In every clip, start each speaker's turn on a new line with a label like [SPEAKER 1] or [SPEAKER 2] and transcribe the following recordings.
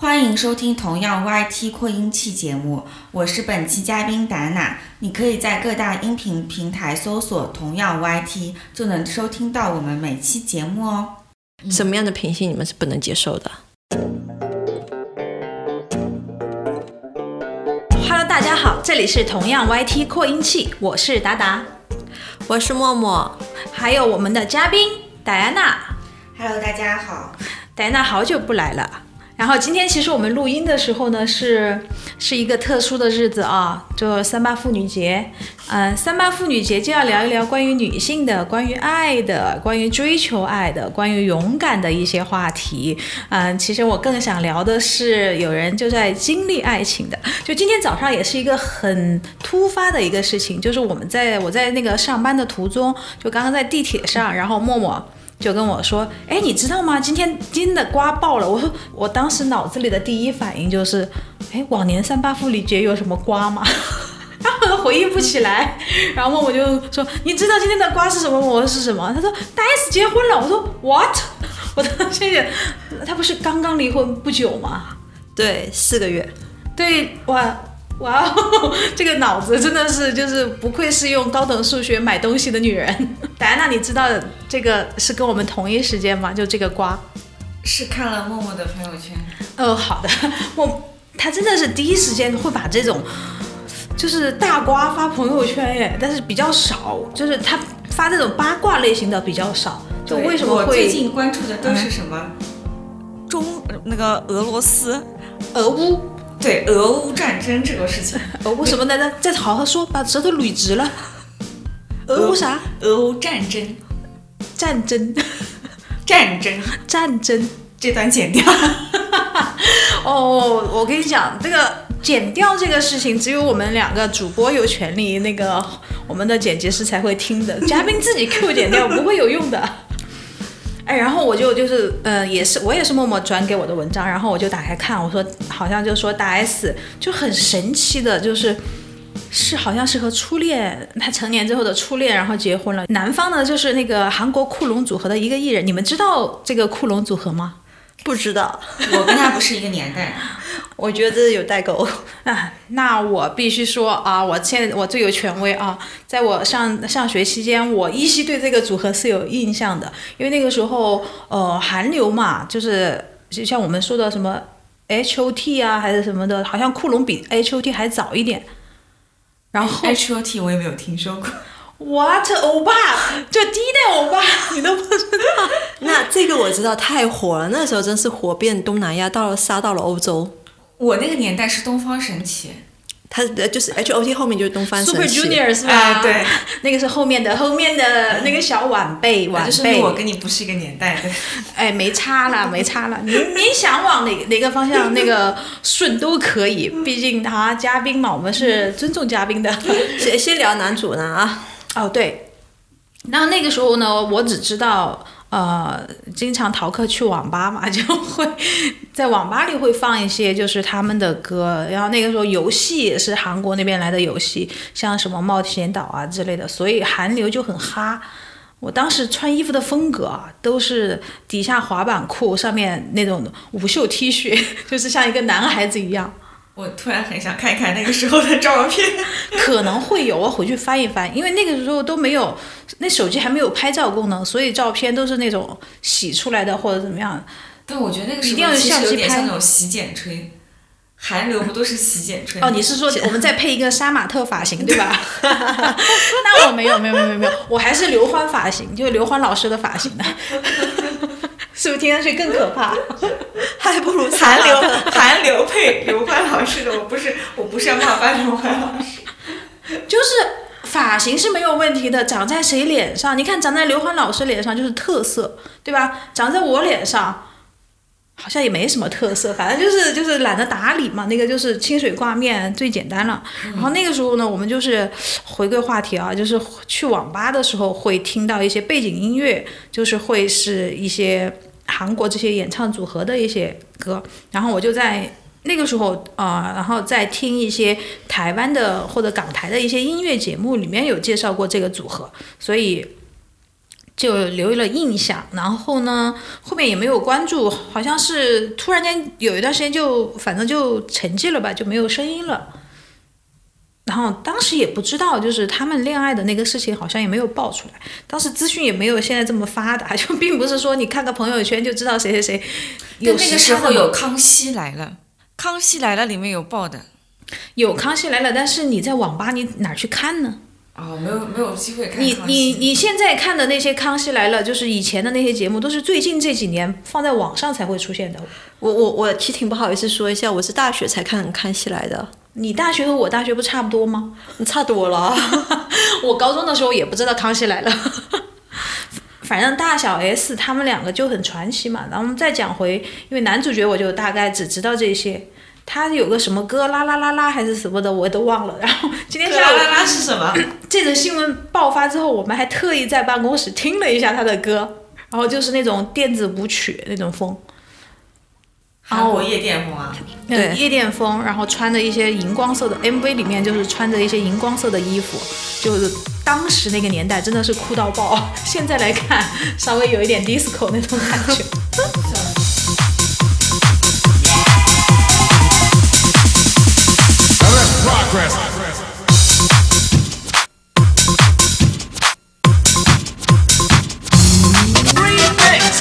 [SPEAKER 1] 欢迎收听同样 YT 扩音器节目，我是本期嘉宾达娜。你可以在各大音频平台搜索“同样 YT”，就能收听到我们每期节目哦。
[SPEAKER 2] 嗯
[SPEAKER 3] 什么样的品性你们是不能接受的
[SPEAKER 2] ？Hello，大家好，这里是同样 YT 扩音器，我是达达，
[SPEAKER 3] 我是默默，
[SPEAKER 2] 还有我们的嘉宾戴安娜。
[SPEAKER 1] Hello，大家好，
[SPEAKER 2] 戴安娜好久不来了。然后今天其实我们录音的时候呢，是是一个特殊的日子啊，就三八妇女节。嗯、呃，三八妇女节就要聊一聊关于女性的、关于爱的、关于追求爱的、关于勇敢的一些话题。嗯、呃，其实我更想聊的是，有人就在经历爱情的。就今天早上也是一个很突发的一个事情，就是我们在我在那个上班的途中，就刚刚在地铁上，然后默默。就跟我说，哎，你知道吗？今天真的刮爆了！我说，我当时脑子里的第一反应就是，哎，往年三八妇女节有什么刮吗？ 然后我都回忆不起来。然后我就说，你知道今天的瓜是什么？我说是什么？他说大 S 结婚了。我说 what？我 当时也，他不是刚刚离婚不久吗？
[SPEAKER 3] 对，四个月。
[SPEAKER 2] 对，哇。哇哦， 这个脑子真的是就是不愧是用高等数学买东西的女人。戴安娜，你知道这个是跟我们同一时间吗？就这个瓜，
[SPEAKER 1] 是看了默默的朋友圈。
[SPEAKER 2] 哦，好的， 我他真的是第一时间会把这种就是大瓜发朋友圈耶，但是比较少，就是他发这种八卦类型的比较少。就为什么会？我
[SPEAKER 1] 最近关注的都是什么？
[SPEAKER 3] 嗯、中那个俄罗斯、
[SPEAKER 2] 俄乌。
[SPEAKER 1] 对俄乌战争这个事情，
[SPEAKER 2] 俄乌什么来着？再好好说，把舌头捋直了。俄乌啥？
[SPEAKER 1] 俄乌战争，
[SPEAKER 2] 战争，
[SPEAKER 1] 战争，
[SPEAKER 2] 战争，
[SPEAKER 1] 这段剪掉。
[SPEAKER 2] 哦，我跟你讲，这个剪掉这个事情，只有我们两个主播有权利，那个我们的剪辑师才会听 的，嘉宾自己 Q 剪掉不会有用的。哎，然后我就就是，呃，也是我也是默默转给我的文章，然后我就打开看，我说哎好像就说大 S 就很神奇的，就是是好像是和初恋，她成年之后的初恋，然后结婚了。男方呢就是那个韩国酷龙组合的一个艺人，你们知道这个酷龙组合吗？
[SPEAKER 3] 不知道，
[SPEAKER 1] 我跟他不是一个年代。
[SPEAKER 3] 我觉得有代沟
[SPEAKER 2] 啊！那我必须说啊，我现在我最有权威啊！在我上上学期间，我依稀对这个组合是有印象的，因为那个时候呃，韩流嘛，就是就像我们说的什么 H O T 啊，还是什么的，好像库龙比 H O T 还早一点。然 后
[SPEAKER 1] H O T 我也没有听说过。
[SPEAKER 2] What 欧巴，这第一代欧巴你都不知道？
[SPEAKER 3] 那这个我知道，太火了，那时候真是火遍东南亚，到了杀到了欧洲。
[SPEAKER 1] 我那个年代是东方神起，
[SPEAKER 3] 他呃就是 H O T 后面就是东方神哎
[SPEAKER 2] 起，Super Junior 是 吧？
[SPEAKER 1] 啊，对，
[SPEAKER 2] 那个是后面的，后面的那个小晚辈，
[SPEAKER 3] 哎
[SPEAKER 2] 晚辈。
[SPEAKER 1] 我跟你不是一个年代的。
[SPEAKER 2] 哎，没差了，没差了。你你想往哪哪个方向那个顺都可以，毕竟他嘉宾嘛，我们是尊重嘉宾的。
[SPEAKER 3] 先先聊男主呢啊。
[SPEAKER 2] 哦对，那那个时候呢，我只知道。呃，经常逃课去网吧嘛，就会在网吧里会放一些就是他们的歌，然后那个时候游戏也是韩国那边来的游戏，像什么冒险岛啊之类的，所以韩流就很哈。我当时穿衣服的风格啊，都是底下滑板裤，上面那种无袖 T 恤， 就是像一个男孩子一样。
[SPEAKER 1] 我突然很想看一看那个时候的照片，
[SPEAKER 2] 可能会有，我回去翻一翻，因为那个时候都没有，那手机还没有拍照功能，所以照片都是那种洗出来的或者怎么样。
[SPEAKER 1] 但我觉得那个
[SPEAKER 2] 一定要用相机
[SPEAKER 1] 拍，像那种洗剪吹，韩流不都是洗剪吹？
[SPEAKER 2] 哦，你是说我们再配一个杀马特发型对吧？那我没有没有没有没有，我还是刘欢发型，就是刘欢老师的发型的。 是不是听上去更可怕？
[SPEAKER 3] 还不如
[SPEAKER 1] 韩流， 韩流配刘欢老师的。我不是， 我不是要冒犯刘欢老 师，
[SPEAKER 2] 就是发型是没有问题的，长在谁脸上？你看长在刘欢老师脸上就是特色，对吧？长在我脸上好像也没什么特色，反正就是就是懒得打理嘛。那个就是清水挂面最简单了。然后那个时候呢，我们就是回归话题啊，就是去网吧的时候会听到一些背景音乐，就是会是一些。韩国这些演唱组合的一些歌，然后我就在那个时候啊、呃，然后在听一些台湾的或者港台的一些音乐节目，里面有介绍过这个组合，所以就留了印象，然后呢，后面也没有关注，好像是突然间有一段时间就反正就沉寂了吧，就没有声音了。然后当时也不知道，就是他们恋爱的那个事情好像也没有爆出来，当时资讯也没有现在这么发达，就并不是说你看个朋友圈就知道谁谁谁有
[SPEAKER 4] 但那个
[SPEAKER 2] 时
[SPEAKER 4] 时
[SPEAKER 2] 差的
[SPEAKER 4] 候
[SPEAKER 2] 嘛
[SPEAKER 4] 有《康熙来了》，《康熙来了》里面有报的。
[SPEAKER 2] 有康熙来了，但是你在网吧你哪儿去看呢？
[SPEAKER 4] 哦，没有没有机会看
[SPEAKER 2] 你
[SPEAKER 4] 康
[SPEAKER 2] 你
[SPEAKER 4] 熙
[SPEAKER 2] 你现在看的那些《康熙来了》，就是以前的那些节目，都是最近这几年放在网上才会出现的。
[SPEAKER 3] 我我我其实挺不好意思说一下，我是大学才看看戏来的，
[SPEAKER 2] 你大学和我大学不差不多吗？
[SPEAKER 3] 你差多了啊。
[SPEAKER 2] 我高中的时候也不知道《康熙来了》， 反正大小 S 他们两个就很传奇嘛。然后我们再讲回，因为男主角我就大概只知道这些。他有个什么歌啦啦啦啦还是什么的，我都忘了。然后今天下午
[SPEAKER 4] 啦啦啦是什 么？
[SPEAKER 2] 这则新闻爆发之后，我们还特意在办公室听了一下他的歌，然后就是那种电子舞曲那种风，
[SPEAKER 4] 韩国夜店风啊，
[SPEAKER 2] 嗯夜店风，然后穿着一些荧光色的 MV 里面就是穿着一些荧光色的衣服，就是当时那个年代真的是酷到爆，现在来看稍微有一点 disco 那种感觉。
[SPEAKER 5] Progress. Remix.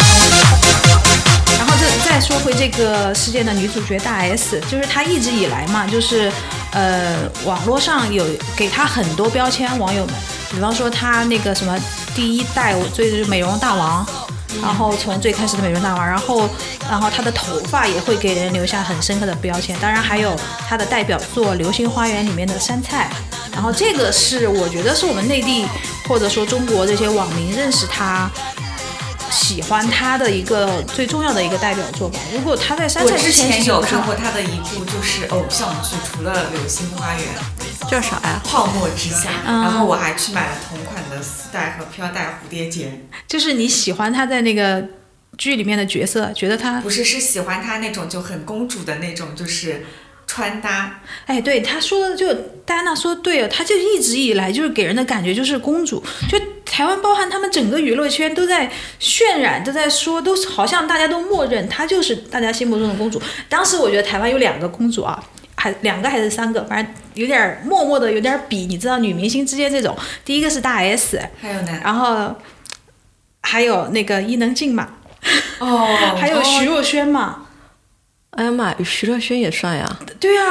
[SPEAKER 2] 然后再再说回这个事件的女主角大 S，就是她一直以来嘛，就是呃，网络上有给她很多标签，网友们，比方说她那个什么第一代我最美容大王。然后从最开始的美容大王，然后，然后她的头发也会给人留下很深刻的标签。当然还有她的代表作《流星花园》里面的杉菜，然后这个是我觉得是我们内地或者说中国这些网民认识她喜欢他的一个最重要的一个代表作吧。如果他在山
[SPEAKER 4] 我
[SPEAKER 2] 菜
[SPEAKER 4] 之
[SPEAKER 2] 前
[SPEAKER 4] 前
[SPEAKER 2] 是
[SPEAKER 4] 有
[SPEAKER 2] 不知道
[SPEAKER 4] 看过他的一部就是偶像剧，除了《流星花园》《
[SPEAKER 3] 叫啥呀？
[SPEAKER 4] 泡沫之夏》，
[SPEAKER 2] 嗯
[SPEAKER 4] 然后我还去买了同款的丝带和飘带蝴蝶结，
[SPEAKER 2] 就是你喜欢他在那个剧里面的角色，觉得他
[SPEAKER 4] 不是是喜欢他那种就很公主的那种，就是穿搭。
[SPEAKER 2] 哎，对他说的就戴安娜说的对了，哦他就一直以来就是给人的感觉就是公主，就台湾包含他们整个娱乐圈都在渲染，都在说，都是好像大家都默认她就是大家心目中的公主。当时我觉得台湾有两个公主啊。还两个还是三个，反正有点儿默默的有点儿比，你知道女明星之间这种，第一个是大 S，
[SPEAKER 4] 还有呢，
[SPEAKER 2] 然后还有那个伊能静嘛，
[SPEAKER 4] 哦，
[SPEAKER 2] 还有徐若瑄嘛，
[SPEAKER 3] 哎呀妈，徐若瑄也算呀。
[SPEAKER 2] 对啊。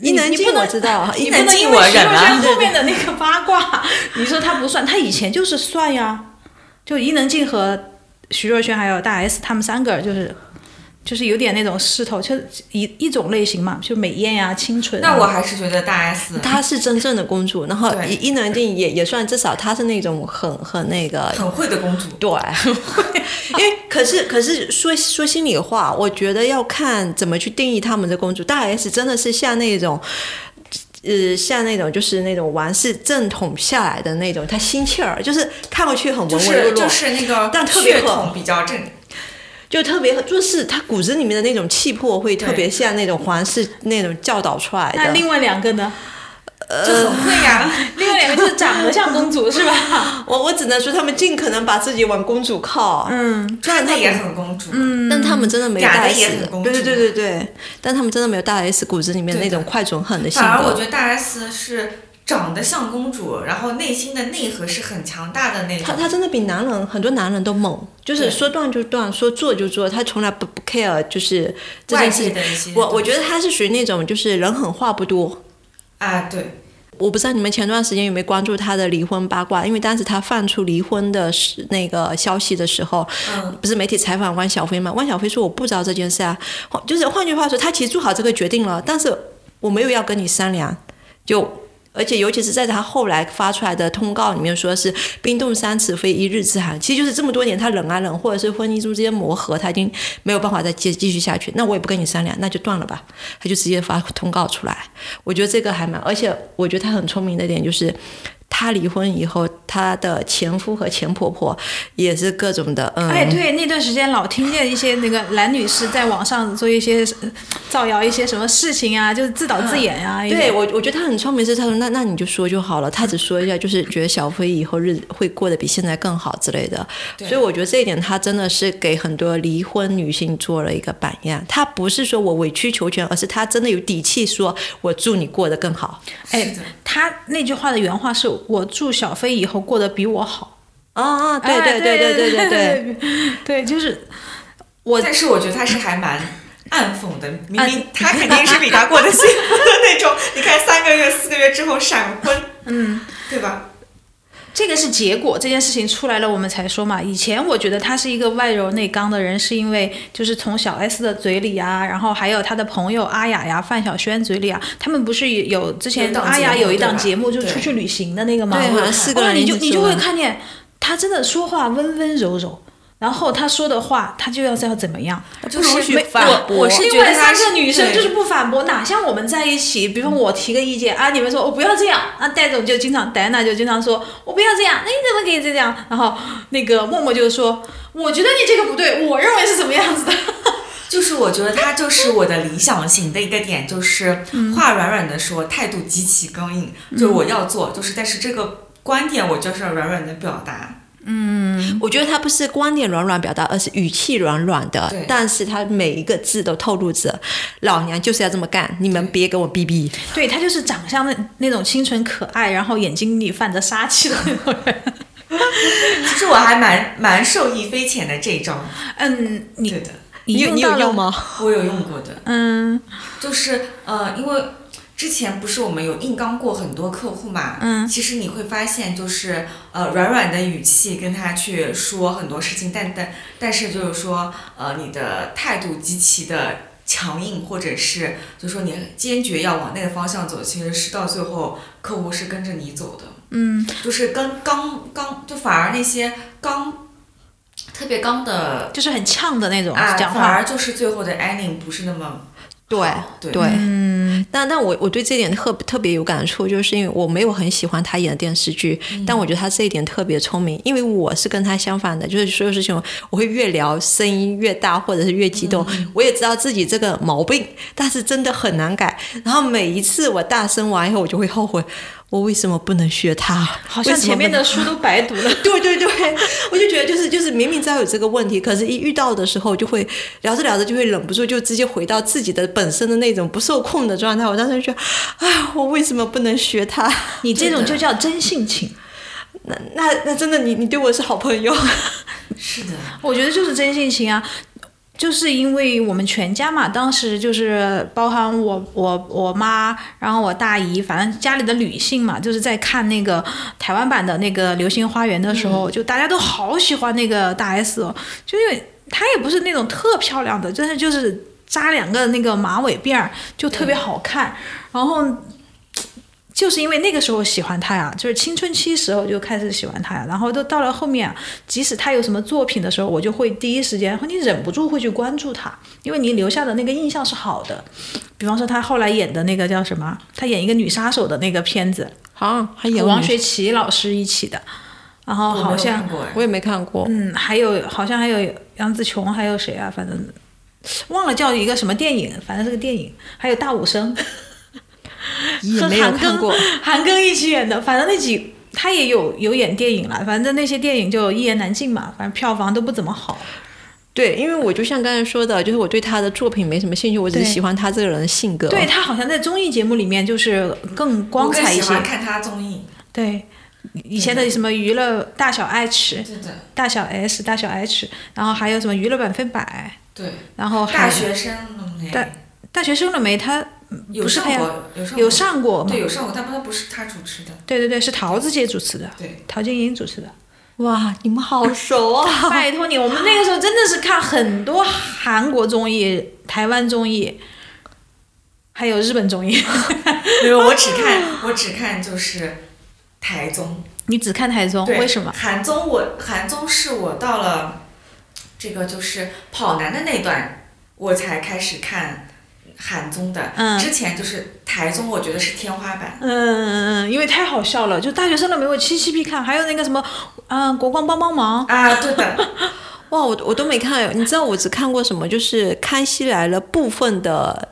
[SPEAKER 3] 伊能静我知 道
[SPEAKER 2] 你
[SPEAKER 3] 伊
[SPEAKER 2] 不能
[SPEAKER 3] 能静
[SPEAKER 2] 因为
[SPEAKER 3] 我啊
[SPEAKER 2] 徐若
[SPEAKER 3] 忍了
[SPEAKER 2] 瑄
[SPEAKER 3] 对
[SPEAKER 2] 后面的那个八卦，你说她不算，她以前就是算呀。就伊能静和徐若瑄还有大 S 他们三个，就是就是有点那种势头，就是一一种类型嘛，就美艳呀、清纯啊。
[SPEAKER 4] 那我还是觉得大 S
[SPEAKER 3] 她是真正的公主，然后
[SPEAKER 4] 对
[SPEAKER 3] 伊伊能静也也算，至少她是那种很很那个
[SPEAKER 4] 很会的公主。
[SPEAKER 3] 对， 因为可是可是说说心里话，我觉得要看怎么去定义他们的公主。大 S 真的是像那种。呃，像那种就是那种王室正统下来的那种，她心气儿就是看过去很
[SPEAKER 4] 就
[SPEAKER 3] 文文弱
[SPEAKER 4] 是
[SPEAKER 3] 弱，
[SPEAKER 4] 就是那个
[SPEAKER 3] 但特
[SPEAKER 4] 血
[SPEAKER 3] 别
[SPEAKER 4] 统
[SPEAKER 3] 狠，
[SPEAKER 4] 比较正，
[SPEAKER 3] 就特别就是她骨子里面的那种气魄会特别像那种皇室那种教导出来
[SPEAKER 2] 那
[SPEAKER 3] 的。
[SPEAKER 2] 另外两个呢？
[SPEAKER 4] 就很会呀。
[SPEAKER 2] 另外两个就是长得像公主是 吧？
[SPEAKER 3] 我我只能说他们尽可能把自己往公主靠，啊
[SPEAKER 2] 嗯，
[SPEAKER 4] 穿的也很公主，
[SPEAKER 3] 但他们真的没有
[SPEAKER 4] 嗲
[SPEAKER 3] 大
[SPEAKER 4] 得嗯也
[SPEAKER 3] S
[SPEAKER 4] 很
[SPEAKER 3] 的，
[SPEAKER 4] 公
[SPEAKER 3] 对对
[SPEAKER 4] 主
[SPEAKER 3] 对对对，但他们真的没有大 S 骨子里面
[SPEAKER 4] 对
[SPEAKER 3] 那
[SPEAKER 4] 的
[SPEAKER 3] 种快准狠的性
[SPEAKER 4] 反而我
[SPEAKER 3] 格
[SPEAKER 4] 觉。得大 S 是长得像公主，然后内心的内核是很强大的那
[SPEAKER 3] 他
[SPEAKER 4] 种。
[SPEAKER 3] 他真的比男人很多男人都猛，就是
[SPEAKER 4] 对
[SPEAKER 3] 说断就断，说做就做，他从来不不 care 就是这
[SPEAKER 4] 外
[SPEAKER 3] 件事
[SPEAKER 4] 界
[SPEAKER 3] 情。
[SPEAKER 4] 的一些东西，
[SPEAKER 3] 我我觉得他是属于那种就是人狠话不多。
[SPEAKER 4] 啊，对，
[SPEAKER 3] 我不知道你们前段时间有没有关注他的离婚八卦，因为当时他放出离婚的时那个消息的时候，
[SPEAKER 4] 嗯，
[SPEAKER 3] 不是媒体采访汪小菲嘛？汪小菲说我不知道这件事啊，换就是换句话说，他其实做好这个决定了，但是我没有要跟你商量，就。而且，尤其是在他后来发出来的通告里面，说是“冰冻三尺，非一日之寒”。其实就是这么多年，他忍啊忍，或者是婚姻中之间磨合，他已经没有办法再继继续下去。那我也不跟你商量，那就断了吧。他就直接发通告出来。我觉得这个还蛮，而且我觉得他很聪明的一点就是，她离婚以后，她的前夫和前婆婆也是各种的，嗯，
[SPEAKER 2] 哎，对，那段时间老听见一些那个男女士在网上做一些呃造谣一些什么事情啊，就是自导自演啊。有
[SPEAKER 3] 对
[SPEAKER 2] 点
[SPEAKER 3] 我，我觉得他很聪明，是他说那那你就说就好了，他只说一下，就是觉得小飞以后日子会过得比现在更好之类的。所以我觉得这一点，他真的是给很多离婚女性做了一个榜样。他不是说我委曲求全，而是他真的有底气说，我祝你过得更好。
[SPEAKER 2] 哎，他那句话的原话是我祝小飞以后过得比我好。
[SPEAKER 3] 啊啊，对
[SPEAKER 2] 哎
[SPEAKER 3] 对对对对对对。
[SPEAKER 2] 对对对，就是我
[SPEAKER 4] 但是我觉得他是还蛮暗讽的，明
[SPEAKER 2] 啊
[SPEAKER 3] 哎
[SPEAKER 4] 明他肯定是比他过得幸福的那种。你看三个月、四个月之后闪婚，嗯，对吧？
[SPEAKER 2] 这个是结果，这件事情出来了，我们才说嘛。以前我觉得他是一个外柔内刚的人，是因为就是从小 S 的嘴里啊，然后还有他的朋友阿雅呀、范晓萱嘴里啊，他们不是有之
[SPEAKER 4] 有一
[SPEAKER 2] 前
[SPEAKER 4] 档节目
[SPEAKER 2] 阿雅有一档节目就
[SPEAKER 4] 对吧
[SPEAKER 2] 出去旅行的那个嘛，
[SPEAKER 3] 对好像四个人
[SPEAKER 2] 后来你就
[SPEAKER 3] 一起
[SPEAKER 2] 你就
[SPEAKER 3] 做
[SPEAKER 2] 会
[SPEAKER 3] 的
[SPEAKER 2] 看见他真的说话温温柔柔。然后他说的话，他就要是要怎么样，
[SPEAKER 3] 不允许
[SPEAKER 2] 没
[SPEAKER 3] 反
[SPEAKER 2] 我
[SPEAKER 3] 驳
[SPEAKER 2] 我
[SPEAKER 3] 我
[SPEAKER 2] 是
[SPEAKER 4] 是
[SPEAKER 2] 另
[SPEAKER 4] 觉得
[SPEAKER 2] 外三
[SPEAKER 4] 他
[SPEAKER 2] 个
[SPEAKER 4] 是
[SPEAKER 2] 女生
[SPEAKER 4] 对
[SPEAKER 2] 就是不反驳，哪像我们在一起，比方我提个意见啊，你们说我不要这样，啊，戴总就经常，戴安娜就经常说我不要这样，哎那你怎么可以这样？然后那个默默就说，我觉得你这个不对，我认为是什么样子的？
[SPEAKER 4] 就是我觉得他就是我的理想型的一个点，就是话软软的说，态度极其刚硬，就是我要做，就是但是这个观点我就是要软软的表达。
[SPEAKER 3] 我觉得他不是观点软软表达，而是语气软软的
[SPEAKER 4] 对，
[SPEAKER 3] 但是他每一个字都透露着，老娘就是要这么干，你们别给我逼逼。
[SPEAKER 2] 对他就是长相那那种清纯可爱，然后眼睛里泛着杀气的那种人。
[SPEAKER 4] 其实我还蛮蛮受益匪浅的这一招，
[SPEAKER 2] 嗯，你
[SPEAKER 4] 对的，
[SPEAKER 3] 你有你有用
[SPEAKER 2] 用？
[SPEAKER 3] 吗？
[SPEAKER 4] 我有用过的。
[SPEAKER 2] 嗯
[SPEAKER 4] 就是呃，因为之前不是我们有硬刚过很多客户嘛，
[SPEAKER 2] 嗯
[SPEAKER 4] 其实你会发现就是呃软软的语气跟他去说很多事情，但但但是就是说呃你的态度极其的强硬，或者是就是说你坚决要往那个方向走，其实是到最后客户是跟着你走的。
[SPEAKER 2] 嗯，
[SPEAKER 4] 就是跟刚刚就反而那些刚特别刚的
[SPEAKER 2] 就是很呛的那种
[SPEAKER 4] 啊，
[SPEAKER 2] 讲
[SPEAKER 4] 反
[SPEAKER 2] 话。
[SPEAKER 4] 而就是最后的 ending 不是那么
[SPEAKER 3] 对
[SPEAKER 4] 对
[SPEAKER 3] 对，
[SPEAKER 2] 嗯，
[SPEAKER 3] 但但我我对这一点特特别有感触，就是因为我没有很喜欢他演的电视剧，
[SPEAKER 2] 嗯
[SPEAKER 3] 但我觉得他这一点特别聪明，因为我是跟他相反的，就是所有事情我我会越聊声音越大或者是越激动，
[SPEAKER 2] 嗯
[SPEAKER 3] 我也知道自己这个毛病，但是真的很难改。然后每一次我大声完以后，我就会后悔，我为什么不能学他？
[SPEAKER 2] 好像
[SPEAKER 3] 为什么
[SPEAKER 2] 前
[SPEAKER 3] 不
[SPEAKER 2] 面
[SPEAKER 3] 能
[SPEAKER 2] 的书都白读 了。
[SPEAKER 3] 对对对，我就觉得就是就是明明知道有这个问题，可是一遇到的时候就会聊着聊着就会忍不住就直接回到自己的本身的那种不受控的状态。我当时就觉得，哎，我为什么不能学他？
[SPEAKER 2] 你这种就叫真性情。
[SPEAKER 3] 那 那那真的你你对我是好朋友，
[SPEAKER 4] 是的。
[SPEAKER 2] 我觉得就是真性情啊，就是因为我们全家嘛，当时就是包含我、我、我妈，然后我大姨，反正家里的女性嘛，就是在看那个台湾版的那个《流星花园》的时候，就大家都好喜欢那个大 S，哦就因为她也不是那种特漂亮的，但是就是扎两个那个马尾辫儿就特别好看，然后。就是因为那个时候喜欢她呀，就是青春期时候就开始喜欢她呀，然后都到了后面啊，即使他有什么作品的时候，我就会第一时间，你忍不住会去关注他，因为你留下的那个印象是好的。比方说他后来演的那个叫什么？他演一个女杀手的那个片子，
[SPEAKER 3] 啊，还
[SPEAKER 2] 王学圻老师一起的，然后
[SPEAKER 4] 我没
[SPEAKER 2] 哦好
[SPEAKER 4] 有
[SPEAKER 2] 像
[SPEAKER 4] 看过哎
[SPEAKER 3] 我也没看过，
[SPEAKER 2] 嗯，还有好像还有杨紫琼，还有谁啊？反正忘了叫一个什么电影，反正是个电影，还有大武生。
[SPEAKER 3] 也
[SPEAKER 2] 和
[SPEAKER 3] 没有看过。
[SPEAKER 2] 韩庚一起演的，反正那几他也有有演电影了，反正那些电影就一言难尽嘛，反正票房都不怎么好。
[SPEAKER 3] 对，因为我就像刚才说的，就是我对他的作品没什么兴趣，我只是
[SPEAKER 2] 对
[SPEAKER 3] 喜欢他这个人的性格。
[SPEAKER 2] 对他好像在综艺节目里面就是更光
[SPEAKER 4] 我更
[SPEAKER 2] 彩一
[SPEAKER 4] 喜
[SPEAKER 2] 些。
[SPEAKER 4] 欢看他综艺，
[SPEAKER 2] 对，以前的什么娱乐大小 H、
[SPEAKER 4] 对的，
[SPEAKER 2] 大小 S、大小 H，然后还有什么娱乐百分百，
[SPEAKER 4] 对，
[SPEAKER 2] 然后还
[SPEAKER 4] 大学生了没？
[SPEAKER 2] 大大学生了没？他
[SPEAKER 4] 有
[SPEAKER 2] 不是
[SPEAKER 4] 上
[SPEAKER 2] 他呀
[SPEAKER 4] 过，有上过
[SPEAKER 2] 有上过吗
[SPEAKER 4] 对，？有上过，但不，他不是他主持 的，
[SPEAKER 2] 对对对，是陶子姐主持的，
[SPEAKER 4] 对，
[SPEAKER 2] 陶晶莹主持的。
[SPEAKER 3] 哇，你们好熟 啊！
[SPEAKER 4] 哦
[SPEAKER 2] 拜托你，我们那个时候真的是看很多韩国综艺、台湾综艺，还有日本 综艺。
[SPEAKER 4] 没有，我只看，我只看就是台综，
[SPEAKER 2] 你只看台综，
[SPEAKER 4] 对，
[SPEAKER 2] 为什么？
[SPEAKER 4] 韩综我韩综是我到了这个就是跑男的那段，我才开始看韩综的，
[SPEAKER 2] 嗯
[SPEAKER 4] 之前就是台综，我觉得是天花板。
[SPEAKER 2] 嗯嗯嗯，因为太好笑了，就大学生都没有七七必看，还有那个什么，嗯，国光帮帮忙，
[SPEAKER 4] 啊，对 的，
[SPEAKER 3] 哇，我我都没看，你知道我只看过什么？就是《康熙来了》部分的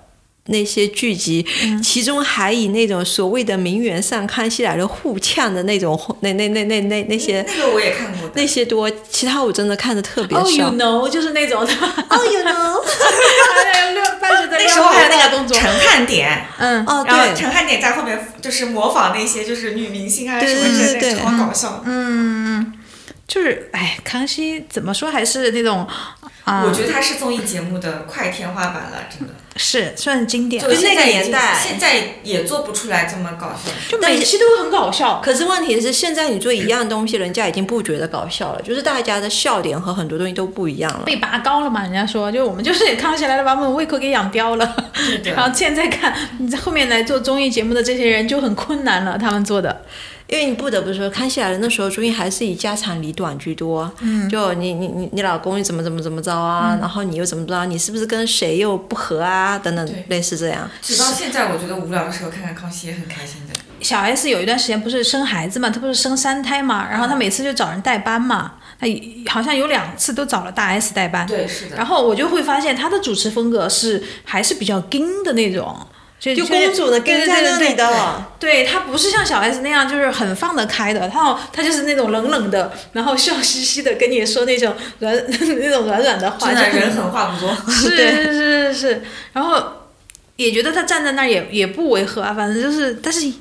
[SPEAKER 3] 那些剧集，
[SPEAKER 4] 嗯
[SPEAKER 3] 其中还以那种所谓的名媛上《康熙来了》互呛的那种，那那那那那那些
[SPEAKER 4] 那个我也看过的。
[SPEAKER 3] 那些多，其他我真的看的特别
[SPEAKER 4] 哦
[SPEAKER 2] Oh, you
[SPEAKER 3] 少。
[SPEAKER 2] know，就是那种的，
[SPEAKER 3] 哦，you know，
[SPEAKER 2] 还有六伴着的
[SPEAKER 4] 那
[SPEAKER 2] 撩
[SPEAKER 4] 时候还有
[SPEAKER 2] 汉
[SPEAKER 4] 那
[SPEAKER 2] 大
[SPEAKER 4] 个
[SPEAKER 2] 动作，
[SPEAKER 4] 陈汉典，
[SPEAKER 2] 嗯
[SPEAKER 3] 哦，
[SPEAKER 4] 然后
[SPEAKER 3] 对，
[SPEAKER 4] 陈汉典在后面就是模仿那些就是女明星啊
[SPEAKER 3] 对
[SPEAKER 4] 什么之类
[SPEAKER 3] 对对
[SPEAKER 4] 的，
[SPEAKER 3] 对
[SPEAKER 4] 超搞笑。
[SPEAKER 2] 就是哎，康熙怎么说还是那种，啊、
[SPEAKER 4] 我觉得他是综艺节目的快天花板了，真的。
[SPEAKER 2] 是算经典
[SPEAKER 4] 就
[SPEAKER 3] 那
[SPEAKER 4] 现在
[SPEAKER 3] 个
[SPEAKER 4] 已经
[SPEAKER 3] 年代
[SPEAKER 4] 现在也做不出来这么搞笑。
[SPEAKER 2] 就
[SPEAKER 3] 但
[SPEAKER 2] 每
[SPEAKER 3] 是
[SPEAKER 2] 期都很搞笑。
[SPEAKER 3] 可是问题是，现在你做一样东西，人家已经不觉得搞笑了，就是大家的笑点和很多东西都不一样了。
[SPEAKER 2] 被拔高了嘛？人家说，就我们就是康熙来了，把我们胃口给养刁了。
[SPEAKER 4] 的
[SPEAKER 2] 然后现在看，你在后面来做综艺节目的这些人就很困难了，他们做的。
[SPEAKER 3] 因为你不得不说，康熙来了那时候，综艺还是以家长里短居多。嗯，就你你你你老公怎么怎么怎么着啊，然后你又怎么着啊，你是不是跟谁又不和啊，等等
[SPEAKER 4] 对，
[SPEAKER 3] 类似这样。
[SPEAKER 4] 直到现在，我觉得无聊的时候看看康熙也很开心的。
[SPEAKER 2] 小 S 有一段时间不是生孩子嘛，她不是生三胎嘛，然后她每次就找人代班嘛，她好像有两次都找了大 S 代班。
[SPEAKER 4] 对，是的。
[SPEAKER 2] 然后我就会发现她的主持风格是还是比较硬的那种，就
[SPEAKER 3] 就公主的跟在
[SPEAKER 2] 对对对
[SPEAKER 3] 那里。
[SPEAKER 2] 对对
[SPEAKER 3] 的，
[SPEAKER 2] 对她不是像小 S 那样就是很放得开的，她她就是那种冷冷的，然后笑嘻嘻的跟你说那种软 那种软软的话，
[SPEAKER 4] 真
[SPEAKER 2] 就
[SPEAKER 4] 的
[SPEAKER 2] 很
[SPEAKER 4] 人狠话不多，
[SPEAKER 2] 是
[SPEAKER 3] 对
[SPEAKER 2] 是是是是，然后也觉得他站在那儿也也不违和啊，反正就是，但是，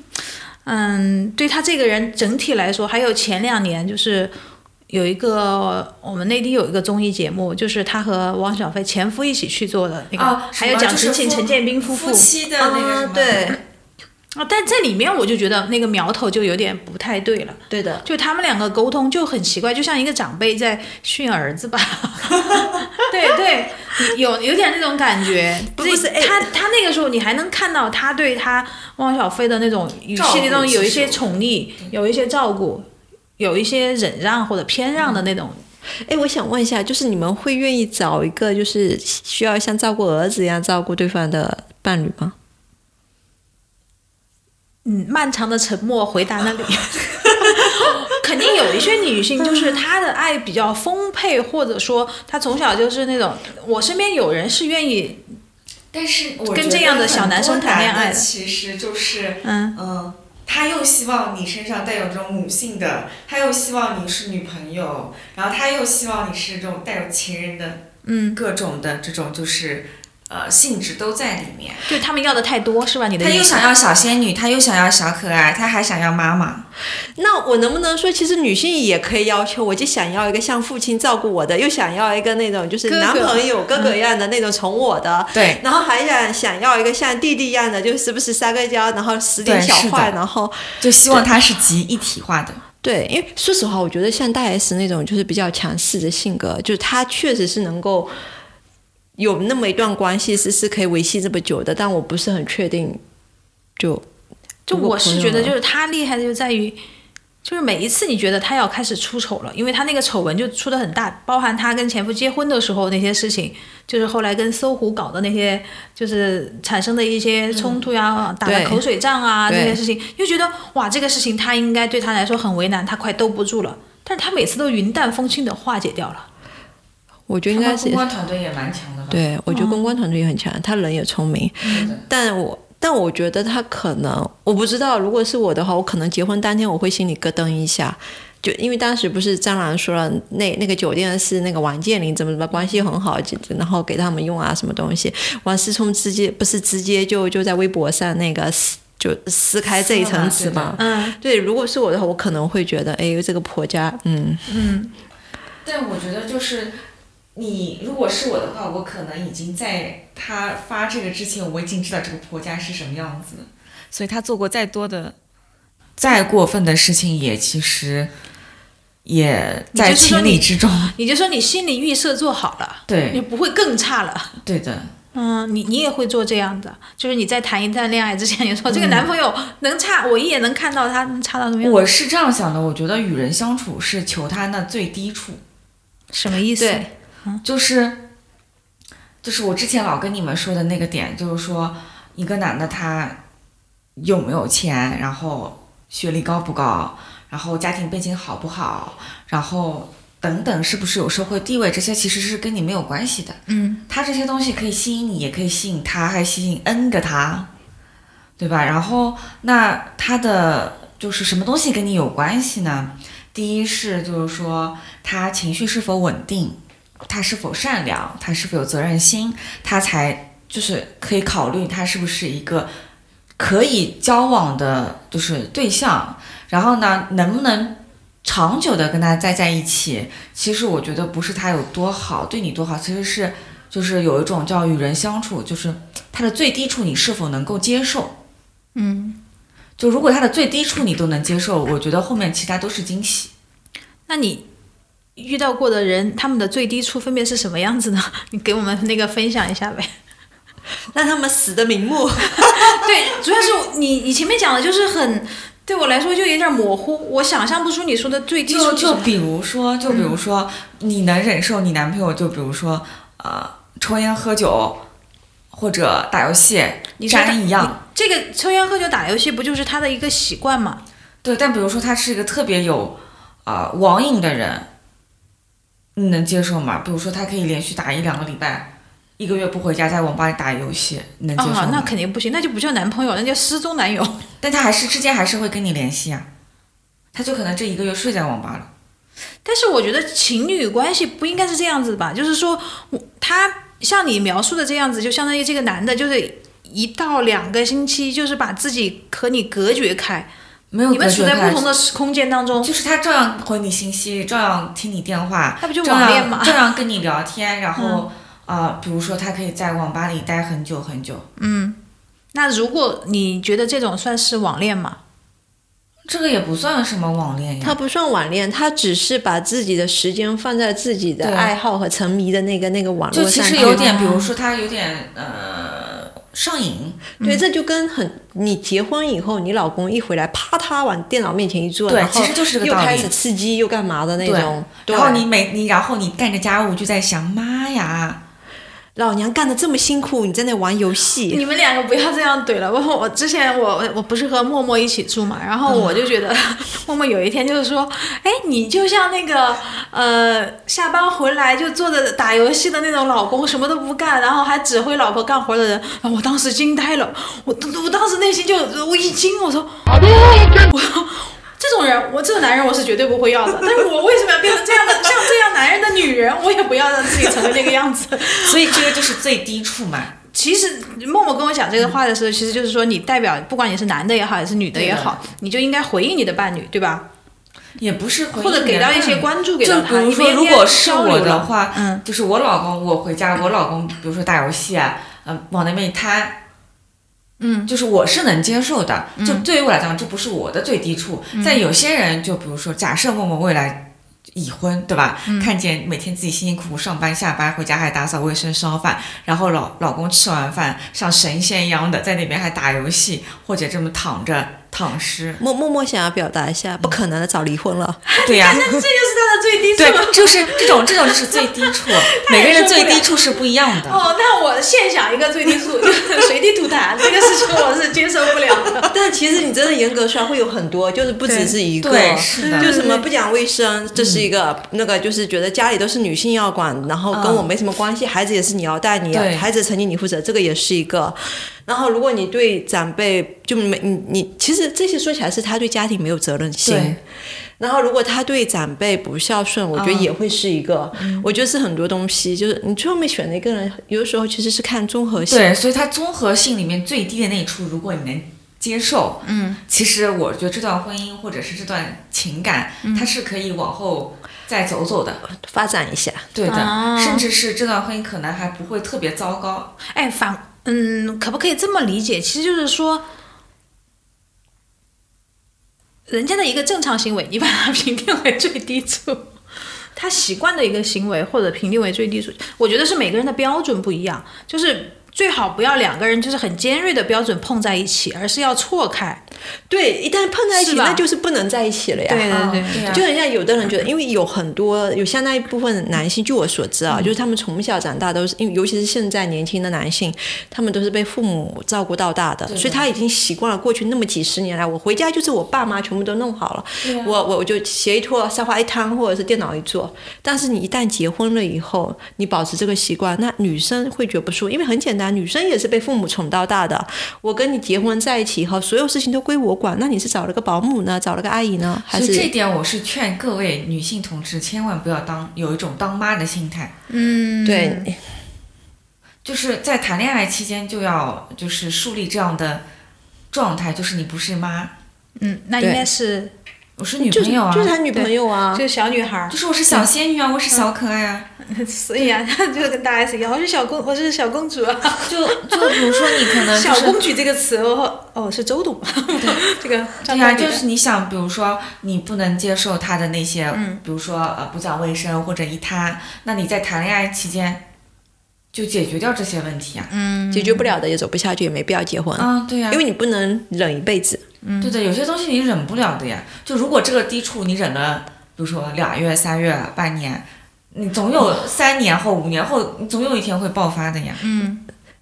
[SPEAKER 2] 嗯，对他这个人整体来说，还有前两年就是有一个我们内地有一个综艺节目，就是他和汪小菲前夫一起去做的那个，
[SPEAKER 4] 啊
[SPEAKER 2] 还
[SPEAKER 4] 什
[SPEAKER 2] 有
[SPEAKER 4] 么
[SPEAKER 2] 蒋
[SPEAKER 4] 就是
[SPEAKER 2] 勤勤、
[SPEAKER 4] 夫
[SPEAKER 2] 陈建斌夫妇
[SPEAKER 4] 夫妻的那个什
[SPEAKER 3] 啊
[SPEAKER 4] 么，
[SPEAKER 3] 对
[SPEAKER 2] 啊，但这里面我就觉得那个苗头就有点不太对了。
[SPEAKER 3] 对的，
[SPEAKER 2] 就他们两个沟通就很奇怪，就像一个长辈在训儿子 吧。对对，有有点那种感觉。
[SPEAKER 3] 不
[SPEAKER 2] 这
[SPEAKER 3] 不是哎
[SPEAKER 2] 他他那个时候你还能看到他对他汪小菲的那种语气
[SPEAKER 4] 照顾
[SPEAKER 2] 那种有一
[SPEAKER 4] 其实
[SPEAKER 2] 些宠溺，有一些照顾，有一些忍让或者偏让的那种。
[SPEAKER 3] 哎，我想问一下，就是你们会愿意找一个就是需要像照顾儿子一样照顾对方的伴侣吗？
[SPEAKER 2] 嗯，漫长的沉默回答那 里。肯定有一些女性，就是她的爱比较丰沛，或者说她从小就是那种，我身边有人是愿意，
[SPEAKER 4] 但是我
[SPEAKER 2] 跟
[SPEAKER 4] 觉得
[SPEAKER 2] 这样的小
[SPEAKER 4] 很
[SPEAKER 2] 男
[SPEAKER 4] 多
[SPEAKER 2] 生谈恋爱
[SPEAKER 4] 男的
[SPEAKER 2] 的
[SPEAKER 4] 其实就是
[SPEAKER 2] 嗯，
[SPEAKER 4] 嗯。他又希望你身上带有这种母性的，他又希望你是女朋友，然后他又希望你是这种带有情人的，
[SPEAKER 2] 嗯，
[SPEAKER 4] 各种的这种就是，呃，性质都在里面。
[SPEAKER 2] 就他们要的太多是吧？你的
[SPEAKER 4] 他
[SPEAKER 2] 意
[SPEAKER 4] 又
[SPEAKER 2] 思
[SPEAKER 4] 想要小仙女，他又想要小可爱，他还想要妈妈。
[SPEAKER 3] 那我能不能说，其实女性也可以要求，我既想要一个像父亲照顾我的，又想要一个那种就是
[SPEAKER 2] 哥哥
[SPEAKER 3] 男朋友哥哥一样的那种宠我的，
[SPEAKER 4] 对，
[SPEAKER 3] 然后还想想要一个像弟弟一样的，就时不时撒个娇，然后使点
[SPEAKER 4] 对
[SPEAKER 3] 小
[SPEAKER 4] 是的
[SPEAKER 3] 坏，然后
[SPEAKER 4] 就希望他是集一体化的。
[SPEAKER 3] 对，因为说实话，我觉得像大 S 那种就是比较强势的性格，就是她确实是能够有那么一段关系是是可以维系这么久的，但我不是很确定，就
[SPEAKER 2] 就
[SPEAKER 3] 如果
[SPEAKER 2] 我
[SPEAKER 3] 朋
[SPEAKER 2] 是
[SPEAKER 3] 友
[SPEAKER 2] 觉得，
[SPEAKER 3] 呢
[SPEAKER 2] 就是他厉害的就在于，就是每一次你觉得他要开始出丑了，因为他那个丑闻就出的很大，包含他跟前夫结婚的时候那些事情，就是后来跟搜狐搞的那些，就是产生的一些冲突呀、打了
[SPEAKER 3] 对
[SPEAKER 2] 口水仗啊
[SPEAKER 3] 嗯对
[SPEAKER 2] 那些事情，就觉得哇，这个事情他应该对他来说很为难，他快兜不住了，但是他每次都云淡风轻的化解掉了。
[SPEAKER 3] 我觉得应
[SPEAKER 4] 他
[SPEAKER 3] 该
[SPEAKER 4] 们
[SPEAKER 3] 是
[SPEAKER 4] 公关团队也蛮强的吧？
[SPEAKER 3] 对，我觉得公关团队也很强，他人也聪明，
[SPEAKER 4] 对的，
[SPEAKER 3] 但我但我觉得他可能，我不知道，如果是我的话，我可能结婚当天我会心里咯噔一下，就因为当时不是张兰说了，那那个酒店是那个王健林怎么怎么关系很好，就然后给他们用啊什么东西，王思聪直接不是直接就就在微博上那个撕就撕开这一层纸嘛。
[SPEAKER 2] 嗯，
[SPEAKER 3] 对，如果是我的话，我可能会觉得，哎，这个婆家，嗯，
[SPEAKER 4] 但我觉得就是你如果是我的话，我可能已经在他发这个之前，我已经知道这个婆家是什么样子了。所以他做过再多的、再过分的事情，也其实也在
[SPEAKER 2] 就是说
[SPEAKER 4] 情
[SPEAKER 2] 你
[SPEAKER 4] 理之中。
[SPEAKER 2] 你就说你心理预设做好了，
[SPEAKER 4] 对，
[SPEAKER 2] 你不会更差了。
[SPEAKER 4] 对的，
[SPEAKER 2] 嗯，你你也会做这样的，就是你在谈一段恋爱之前，你说这个男朋友能差，我一眼能看到他能差到什么样，
[SPEAKER 4] 我是这样想的。我觉得与人相处是求他那最低处，
[SPEAKER 2] 什么意思？
[SPEAKER 3] 对
[SPEAKER 4] 就是就是我之前老跟你们说的那个点，就是说一个男的他有没有钱，然后学历高不高，然后家庭背景好不好，然后等等是不是有社会地位，这些其实是跟你没有关系的。
[SPEAKER 2] 嗯，
[SPEAKER 4] 他这些东西可以吸引你，也可以吸引他，还吸引 N 个他，对吧？然后那他的就是什么东西跟你有关系呢？第一是就是说他情绪是否稳定，他是否善良，他是否有责任心，他才就是可以考虑他是不是一个可以交往的，就是对象。然后呢，能不能长久的跟他待在一起？其实我觉得不是他有多好，对你多好，其实是就是有一种叫与人相处，就是他的最低处你是否能够接受。
[SPEAKER 2] 嗯，
[SPEAKER 4] 就如果他的最低处你都能接受，我觉得后面其他都是惊喜。
[SPEAKER 2] 那你遇到过的人，他们的最低处分别是什么样子呢？ 你给我们那个分享一下呗。
[SPEAKER 3] 让他们死的瞑目。
[SPEAKER 2] 对，主要是你你前面讲的就是很，对我来说就有点模糊，我想象不出你说的最低处
[SPEAKER 4] 就是
[SPEAKER 2] 什
[SPEAKER 4] 就
[SPEAKER 2] 么。
[SPEAKER 4] 比如说，就比
[SPEAKER 2] 嗯
[SPEAKER 4] 如说，你能忍受你男朋友，就比如说，呃，抽烟、喝酒，或者打游戏，
[SPEAKER 2] 你说他
[SPEAKER 4] 沾一样。
[SPEAKER 2] 这个抽烟喝酒打游戏不就是他的一个习惯吗？
[SPEAKER 4] 对，但比如说他是一个特别有啊、呃网瘾的人，你能接受吗？比如说他可以连续打一两个礼拜，一个月不回家，在网吧里打游戏，你能接受
[SPEAKER 2] 啊、那
[SPEAKER 4] 吗？
[SPEAKER 2] 肯定不行，那就不叫男朋友，那叫失踪男友。
[SPEAKER 4] 但他还是之间还是会跟你联系啊，他就可能这一个月睡在网吧了。
[SPEAKER 2] 但是我觉得情侣关系不应该是这样子吧？就是说，我他像你描述的这样子，就相当于这个男的，就是一到两个星期，就是把自己和你隔绝开，
[SPEAKER 4] 没有
[SPEAKER 2] 你们
[SPEAKER 4] 隔
[SPEAKER 2] 处
[SPEAKER 4] 绝
[SPEAKER 2] 在
[SPEAKER 4] 开
[SPEAKER 2] 不同的时空间当中。
[SPEAKER 4] 就是他照样回你信息，照样听你电话，
[SPEAKER 2] 那不就
[SPEAKER 4] 照
[SPEAKER 2] 网
[SPEAKER 4] 样
[SPEAKER 2] 恋吗
[SPEAKER 4] 照样跟你聊天，然后啊、呃比如说他可以在网吧里待很久很久，
[SPEAKER 2] 那如果你觉得这种算是网恋吗？
[SPEAKER 4] 这个也不算什么网恋呀
[SPEAKER 3] 他。不算网恋，他只是把自己的时间放在自己的
[SPEAKER 4] 对
[SPEAKER 3] 爱好和沉迷的那个那个网络
[SPEAKER 4] 就
[SPEAKER 3] 上。
[SPEAKER 4] 其实有点，比如说他有点呃上瘾，
[SPEAKER 3] 对，这就跟很你结婚以后，你老公一回来，啪嗒往电脑面前一坐，
[SPEAKER 4] 对
[SPEAKER 3] 然后
[SPEAKER 4] 其实就是这个
[SPEAKER 3] 又
[SPEAKER 4] 道理
[SPEAKER 3] 开始吃鸡又干嘛的那种。对
[SPEAKER 4] 然后你每你然后你干着家务就在想，妈呀，
[SPEAKER 3] 老娘干的这么辛苦，你在那玩游戏，
[SPEAKER 2] 你们两个不要这样怼了。我我之前我我不是和默默一起住嘛，然后我就觉得、默默有一天就是说，哎，你就像那个呃下班回来就坐着打游戏的那种老公，什么都不干，然后还指挥老婆干活的人。啊我当时惊呆了，我我当时内心就我一惊，我说，我说。这种人，我这种男人我是绝对不会要的。但是我为什么要变成这样的像这样男人的女人？我也不要让自己成为那个样子。
[SPEAKER 4] 所以这个就是最低处嘛。
[SPEAKER 2] 其实默默跟我讲这个话的时候，其实就是说你代表，不管你是男的也好，还是女的也好，你就应该回应你的伴侣，对吧？
[SPEAKER 4] 也不是回
[SPEAKER 2] 或者
[SPEAKER 4] 应
[SPEAKER 2] 给
[SPEAKER 4] 人
[SPEAKER 2] 到一
[SPEAKER 4] 家
[SPEAKER 2] 些
[SPEAKER 4] 的
[SPEAKER 2] 关注，给
[SPEAKER 4] 就
[SPEAKER 2] 到
[SPEAKER 4] 比
[SPEAKER 2] 他。
[SPEAKER 4] 如
[SPEAKER 2] 你们
[SPEAKER 4] 说，
[SPEAKER 2] 应
[SPEAKER 4] 如
[SPEAKER 2] 该
[SPEAKER 4] 果是
[SPEAKER 2] 交流
[SPEAKER 4] 我的
[SPEAKER 2] 了，
[SPEAKER 4] 话，
[SPEAKER 2] 嗯，
[SPEAKER 4] 就是我老公，我回家，我老公比如说打游戏啊，嗯、往那边一瘫，
[SPEAKER 2] 嗯，
[SPEAKER 4] 就是我是能接受的。就对于我来讲，这不是我的最低处。
[SPEAKER 2] 嗯
[SPEAKER 4] 但有些人，就比如说，假设默默未来已婚，对吧？
[SPEAKER 2] 嗯
[SPEAKER 4] 看见每天自己辛辛苦苦上班、下班，回家还打扫卫生、烧饭，然后老老公吃完饭像神仙一样的在那边还打游戏，或者这么躺着躺
[SPEAKER 2] 啊
[SPEAKER 4] 尸，
[SPEAKER 3] 默默默想要表达一下，不可能的，早离婚了。
[SPEAKER 4] 对呀、
[SPEAKER 2] 这就是他的最低
[SPEAKER 4] 对
[SPEAKER 2] 处。，
[SPEAKER 4] 就是这种，这种就是最 低处，每个人的最低处是不一样的。
[SPEAKER 2] 哦，那我现想一个最低处，就是随地吐痰，这个事情我是接受不了 的。
[SPEAKER 3] 哦但其实你真的严格说来会有很多，就是不只是一个，
[SPEAKER 4] 对对是的嗯
[SPEAKER 3] 就什么不讲卫生，这是一个；那个就是觉得家里都是女性要管，然后跟我没什么关系，孩子也是你要带，你要
[SPEAKER 4] 嗯对
[SPEAKER 3] 孩子的成绩你负责，这个也是一个。然后如果你对长辈就没你你，其实这些说起来是他对家庭没有责任
[SPEAKER 4] 对
[SPEAKER 3] 心。然后，如果他对长辈不孝顺，我觉得
[SPEAKER 4] 嗯
[SPEAKER 3] 也会是一个，我觉得是很多东西，就是你最后面选的一个人，有的时候其实是看综合性。
[SPEAKER 4] 对，所以它综合性里面最低的那一处，如果你能接受，嗯，其实我觉得这段婚姻或者是这段情感，
[SPEAKER 3] 嗯
[SPEAKER 4] 它是可以往后再走走的，
[SPEAKER 3] 发展一下，
[SPEAKER 4] 对的，
[SPEAKER 2] 哦
[SPEAKER 4] 甚至是这段婚姻可能还不会特别糟糕。
[SPEAKER 2] 哎，反嗯，可不可以这么理解？其实就是说。人家的一个正常行为，你把它 评定为最低处，他习惯的一个行为或者评定为最低处，我觉得是每个人的标准不一样，就是最好不要两个人就是很尖锐的标准碰在一起，而是要错开。
[SPEAKER 3] 对，一旦碰在一起，
[SPEAKER 2] 是吧
[SPEAKER 3] 那就是不能在一起了呀。
[SPEAKER 2] 对对啊对，
[SPEAKER 4] 对啊呀、
[SPEAKER 3] 就人家有的人觉得，因为有很多有相当一部分男性，据我所知
[SPEAKER 4] 嗯
[SPEAKER 3] 啊，就是他们从小长大都是，因为尤其是现在年轻的男性，他们都是被父母照顾到大的，
[SPEAKER 4] 对
[SPEAKER 3] 所以他已经习惯了过去那么几十年来，我回家就是我爸妈全部都弄好了，
[SPEAKER 4] 啊
[SPEAKER 3] 我我我就鞋一脱，沙发一摊，或者是电脑一坐。但是你一旦结婚了以后，你保持这个习惯，那女生会觉得不舒服，因为很简单，女生也是被父母宠到大的。我跟你结婚在一起以后，所有事情都归我管，那你是找了个保姆呢，找了个阿姨呢，还
[SPEAKER 4] 所
[SPEAKER 3] 是
[SPEAKER 4] 以这一点我是劝各位女性同志千万不要当有一种当妈的心态，
[SPEAKER 2] 嗯，
[SPEAKER 3] 对？
[SPEAKER 4] 就是在谈恋爱期间就要就是树立这样的状态，就是你不是妈，
[SPEAKER 2] 嗯，那应该是
[SPEAKER 4] 我是女
[SPEAKER 3] 就
[SPEAKER 4] 朋
[SPEAKER 3] 是
[SPEAKER 4] 友啊，
[SPEAKER 3] 就是他女朋友啊
[SPEAKER 2] 就。是小女孩儿
[SPEAKER 4] 就，是我是小仙女啊，我是小可爱 啊，
[SPEAKER 2] 所以啊， 就跟大 S 一样，我是小公，我是小公主啊，
[SPEAKER 4] 就就比如说你可嗯能就
[SPEAKER 2] 小
[SPEAKER 4] 是
[SPEAKER 2] 公举这个词，哦哦，是 周董，这个张
[SPEAKER 4] 对呀、
[SPEAKER 2] 嘉译
[SPEAKER 4] 就
[SPEAKER 2] 的
[SPEAKER 4] 是你想，比如说你不能接受他的那些，比如说呃不讲卫生或者一塌，那你在谈恋爱期间就解决掉这些问题啊。
[SPEAKER 3] 解决不了的也走不下去，也没必要结婚，
[SPEAKER 4] 啊，对呀、
[SPEAKER 3] 因为你不能忍一辈子。
[SPEAKER 4] 对的，有些东西你忍不了的呀。就如果这个低处你忍了，比如说俩月、三月、半年，你总有三年后、五年后，你总有一天会爆发的呀。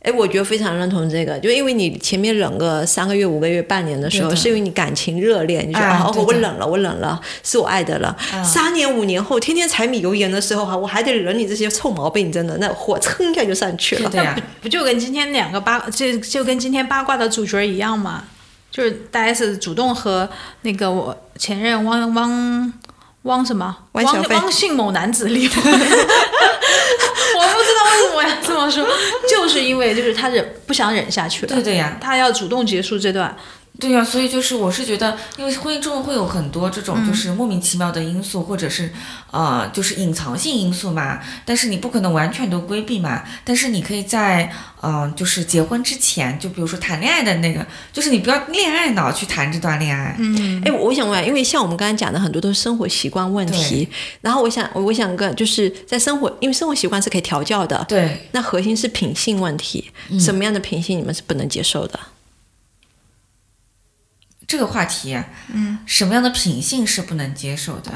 [SPEAKER 3] 哎，我觉得非常认同这个，就因为你前面忍个三个月、五个月、半年的时候，
[SPEAKER 4] 对的
[SPEAKER 3] 是因为你感情热烈，你觉得
[SPEAKER 4] 哎
[SPEAKER 3] 啊，
[SPEAKER 4] 对
[SPEAKER 3] 哦我
[SPEAKER 4] 的嗯
[SPEAKER 3] 忍了，我忍了，是我爱的了。三年、五年后，天天柴米油盐的时候哈，我还得忍你这些臭毛病，真的，那火蹭一下就上去了。
[SPEAKER 4] 对呀、
[SPEAKER 2] 不就跟今天两个八，就就跟今天八卦的主角一样嘛？就是大 S 主动和那个我前任汪汪汪什么
[SPEAKER 3] 汪
[SPEAKER 2] 汪
[SPEAKER 3] 小菲
[SPEAKER 2] 汪姓某男子 离婚， 我不知道为什么我要这么说，就是因为就是他忍不想忍下去了，
[SPEAKER 4] 对的呀，
[SPEAKER 2] 他要主动结束这段，
[SPEAKER 4] 对呀、所以就是我是觉得，因为婚姻中会有很多这种就是莫名其妙的因素，或者是呃就是隐藏性因素嘛，但是你不可能完全都规避嘛，但是你可以在嗯、呃就是结婚之前，就比如说谈恋爱的那个，就是你不要恋爱脑去谈这段恋
[SPEAKER 2] 嗯
[SPEAKER 4] 爱，
[SPEAKER 3] 哎，我想问，因为像我们刚才讲的很多都是生活习惯问题，然后我想，我想跟就是在生活，因为生活习惯是可以调教的，
[SPEAKER 4] 对，
[SPEAKER 3] 那核心是品性问题，什么样的品性你们是不能接受的？
[SPEAKER 4] 这个话题，嗯，什么样的品性是不能接受的？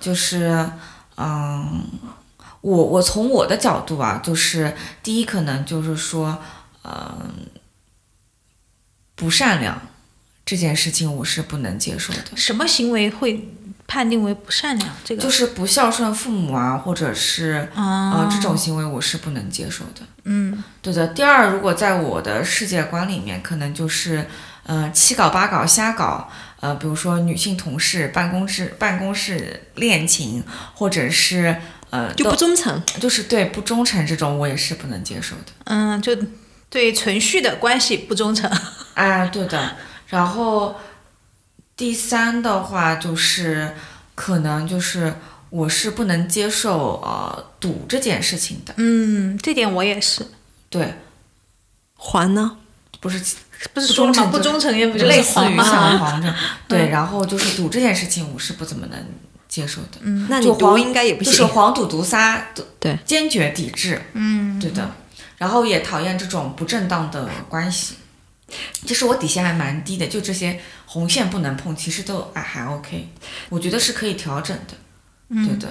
[SPEAKER 4] 就是，嗯，我我从我的角度啊，就是第一，可能就是说，嗯，不善良这件事情我是不能接受的，
[SPEAKER 2] 什么行为会判定为不善良？这个
[SPEAKER 4] 就是不孝顺父母啊，或者是啊、
[SPEAKER 3] 哦
[SPEAKER 2] 啊
[SPEAKER 4] 这种行为我是不能接受的。
[SPEAKER 2] 嗯
[SPEAKER 4] 对的。第二，如果在我的世界观里面，可能就是，呃，七搞八搞瞎搞，呃，比如说女性同事、办公室、办公室恋情，或者是呃，
[SPEAKER 3] 就不
[SPEAKER 4] 都
[SPEAKER 3] 忠诚。
[SPEAKER 4] 就是对不忠诚这种，我也是不能接受的。
[SPEAKER 2] 嗯，就对存续的关系不忠诚，
[SPEAKER 4] 哎，对的。然后第三的话就是，可能就是我是不能接受呃赌这件事情的。
[SPEAKER 2] 嗯，这点我也是。
[SPEAKER 4] 对，
[SPEAKER 3] 还呢？
[SPEAKER 4] 不是
[SPEAKER 2] 不是说了吗？不忠诚也不就是
[SPEAKER 4] 类似
[SPEAKER 2] 黄
[SPEAKER 4] 于
[SPEAKER 2] 吗？
[SPEAKER 4] 像黄这，对，然后就是赌这件事情，我是不怎么能接受的，
[SPEAKER 3] 那你
[SPEAKER 4] 就
[SPEAKER 3] 读
[SPEAKER 4] 黄
[SPEAKER 3] 应该也不
[SPEAKER 4] 就是
[SPEAKER 3] 行。
[SPEAKER 4] 黄赌毒杀，都
[SPEAKER 3] 对，
[SPEAKER 4] 坚决抵制，嗯，对的，然后也讨厌这种不正当的关系。其实我底线还蛮低的，就这些红线不能碰，其实都啊还 OK，我觉得是可以调整的，对的，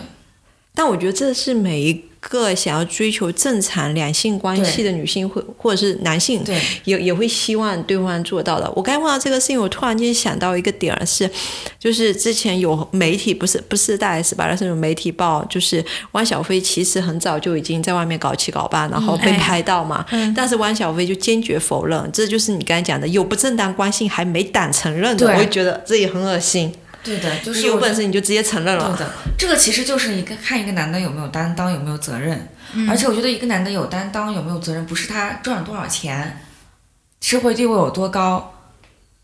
[SPEAKER 3] 但我觉得这是每一个想要追求正常两性关系的女性会，或者是男性，
[SPEAKER 4] 对
[SPEAKER 3] 也也会希望对方做到的。我刚才问到这个事情，我突然间想到一个点儿是，就是之前有媒体不是不是大 S 吧，而是有媒体报，就是汪小菲其实很早就已经在外面搞七搞八，然
[SPEAKER 4] 嗯
[SPEAKER 3] 后被
[SPEAKER 2] 哎
[SPEAKER 3] 拍到嘛，但是汪小菲就坚决否认，这就是你刚才讲的有不正当关系还没胆承认的，
[SPEAKER 4] 对
[SPEAKER 3] 我就觉得这也很恶心。
[SPEAKER 4] 对的，就是
[SPEAKER 3] 有
[SPEAKER 4] 我
[SPEAKER 3] 本事你就直接承认了
[SPEAKER 4] 对。的，这个其实就是一个看一个男的有没有担当，有没有责任。而且我觉得一个男的有担当有没有责任，不是他赚了多少钱，社会地位有多高。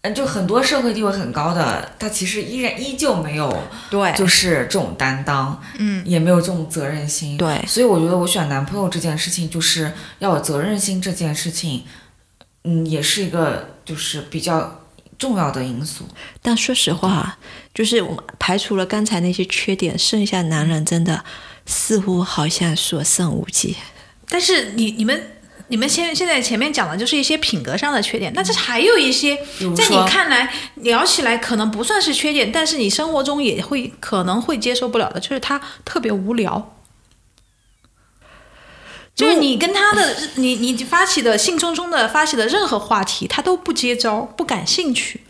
[SPEAKER 4] 嗯，就很多社会地位很高的，他其实依然依旧没有，
[SPEAKER 3] 对
[SPEAKER 4] 就是这种担当，嗯，也没有这种责任心。
[SPEAKER 3] 对
[SPEAKER 4] 所以我觉得我选男朋友这件事情，就是要有责任心这件事情，嗯，也是一个就是比较重要的因素。
[SPEAKER 3] 但说实话，啊就是我们排除了刚才那些缺点，剩下男人真的似乎好像所剩无几。
[SPEAKER 2] 但是你你们你们现现在前面讲的就是一些品格上的缺点，但是还有一些
[SPEAKER 4] 比如
[SPEAKER 2] 在你
[SPEAKER 4] 说
[SPEAKER 2] 看来聊起来可能不算是缺点，但是你生活中也会可能会接受不了的，就是他特别无聊。就是你跟他的，你你发起的兴冲冲的发起的任何话题，他都不接招，不感兴趣。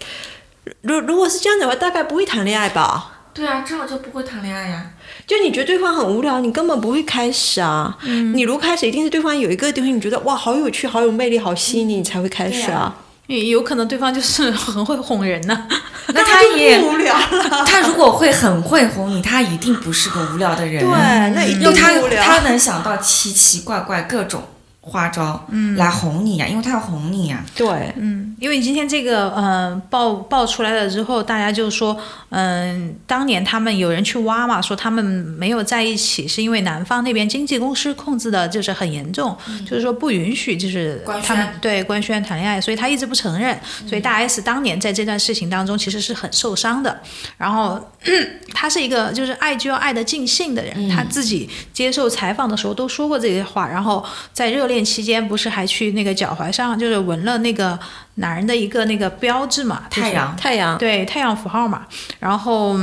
[SPEAKER 3] 如如果是这样的话，大概不会谈恋爱吧？
[SPEAKER 4] 对啊，这样就不会谈恋爱呀。
[SPEAKER 3] 就你觉得对方很无聊，你根本不会开始啊。
[SPEAKER 4] 嗯
[SPEAKER 3] 你如果开始，一定是对方有一个东西，你觉得哇，好有趣，好有魅力，好吸引你，你才会开始啊。
[SPEAKER 2] 也有可能对方就是很会哄人呢、
[SPEAKER 4] 啊那他也
[SPEAKER 3] 不无啊聊了。
[SPEAKER 4] 他如果会很会哄你，他一定不是个无聊的人。
[SPEAKER 3] 对，那一定
[SPEAKER 4] 因为他
[SPEAKER 3] 无聊。
[SPEAKER 4] 他能想到奇奇怪怪各种花招，嗯，来哄你呀、因为他要哄你呀、
[SPEAKER 3] 对，
[SPEAKER 2] 嗯，因为今天这个嗯、呃爆爆出来了之后，大家就说，嗯、当年他们有人去挖嘛，说他们没有在一起，是因为南方那边经纪公司控制的就是很严重，就是说不允许就是
[SPEAKER 4] 官
[SPEAKER 2] 他们
[SPEAKER 4] 宣
[SPEAKER 2] 对嗯官宣谈恋爱，所以他一直不承认，所以大 S 当年在这段事情当中其实是很受伤的。然后他是一个就是爱就要爱得尽兴的人，
[SPEAKER 4] 嗯
[SPEAKER 2] 他自己接受采访的时候都说过这些话，然后在热恋期间不是还去那个脚踝上就是纹了那个男人的一个那个标志嘛，就是
[SPEAKER 4] 太阳
[SPEAKER 3] 太阳
[SPEAKER 2] 对太阳符号嘛，然后。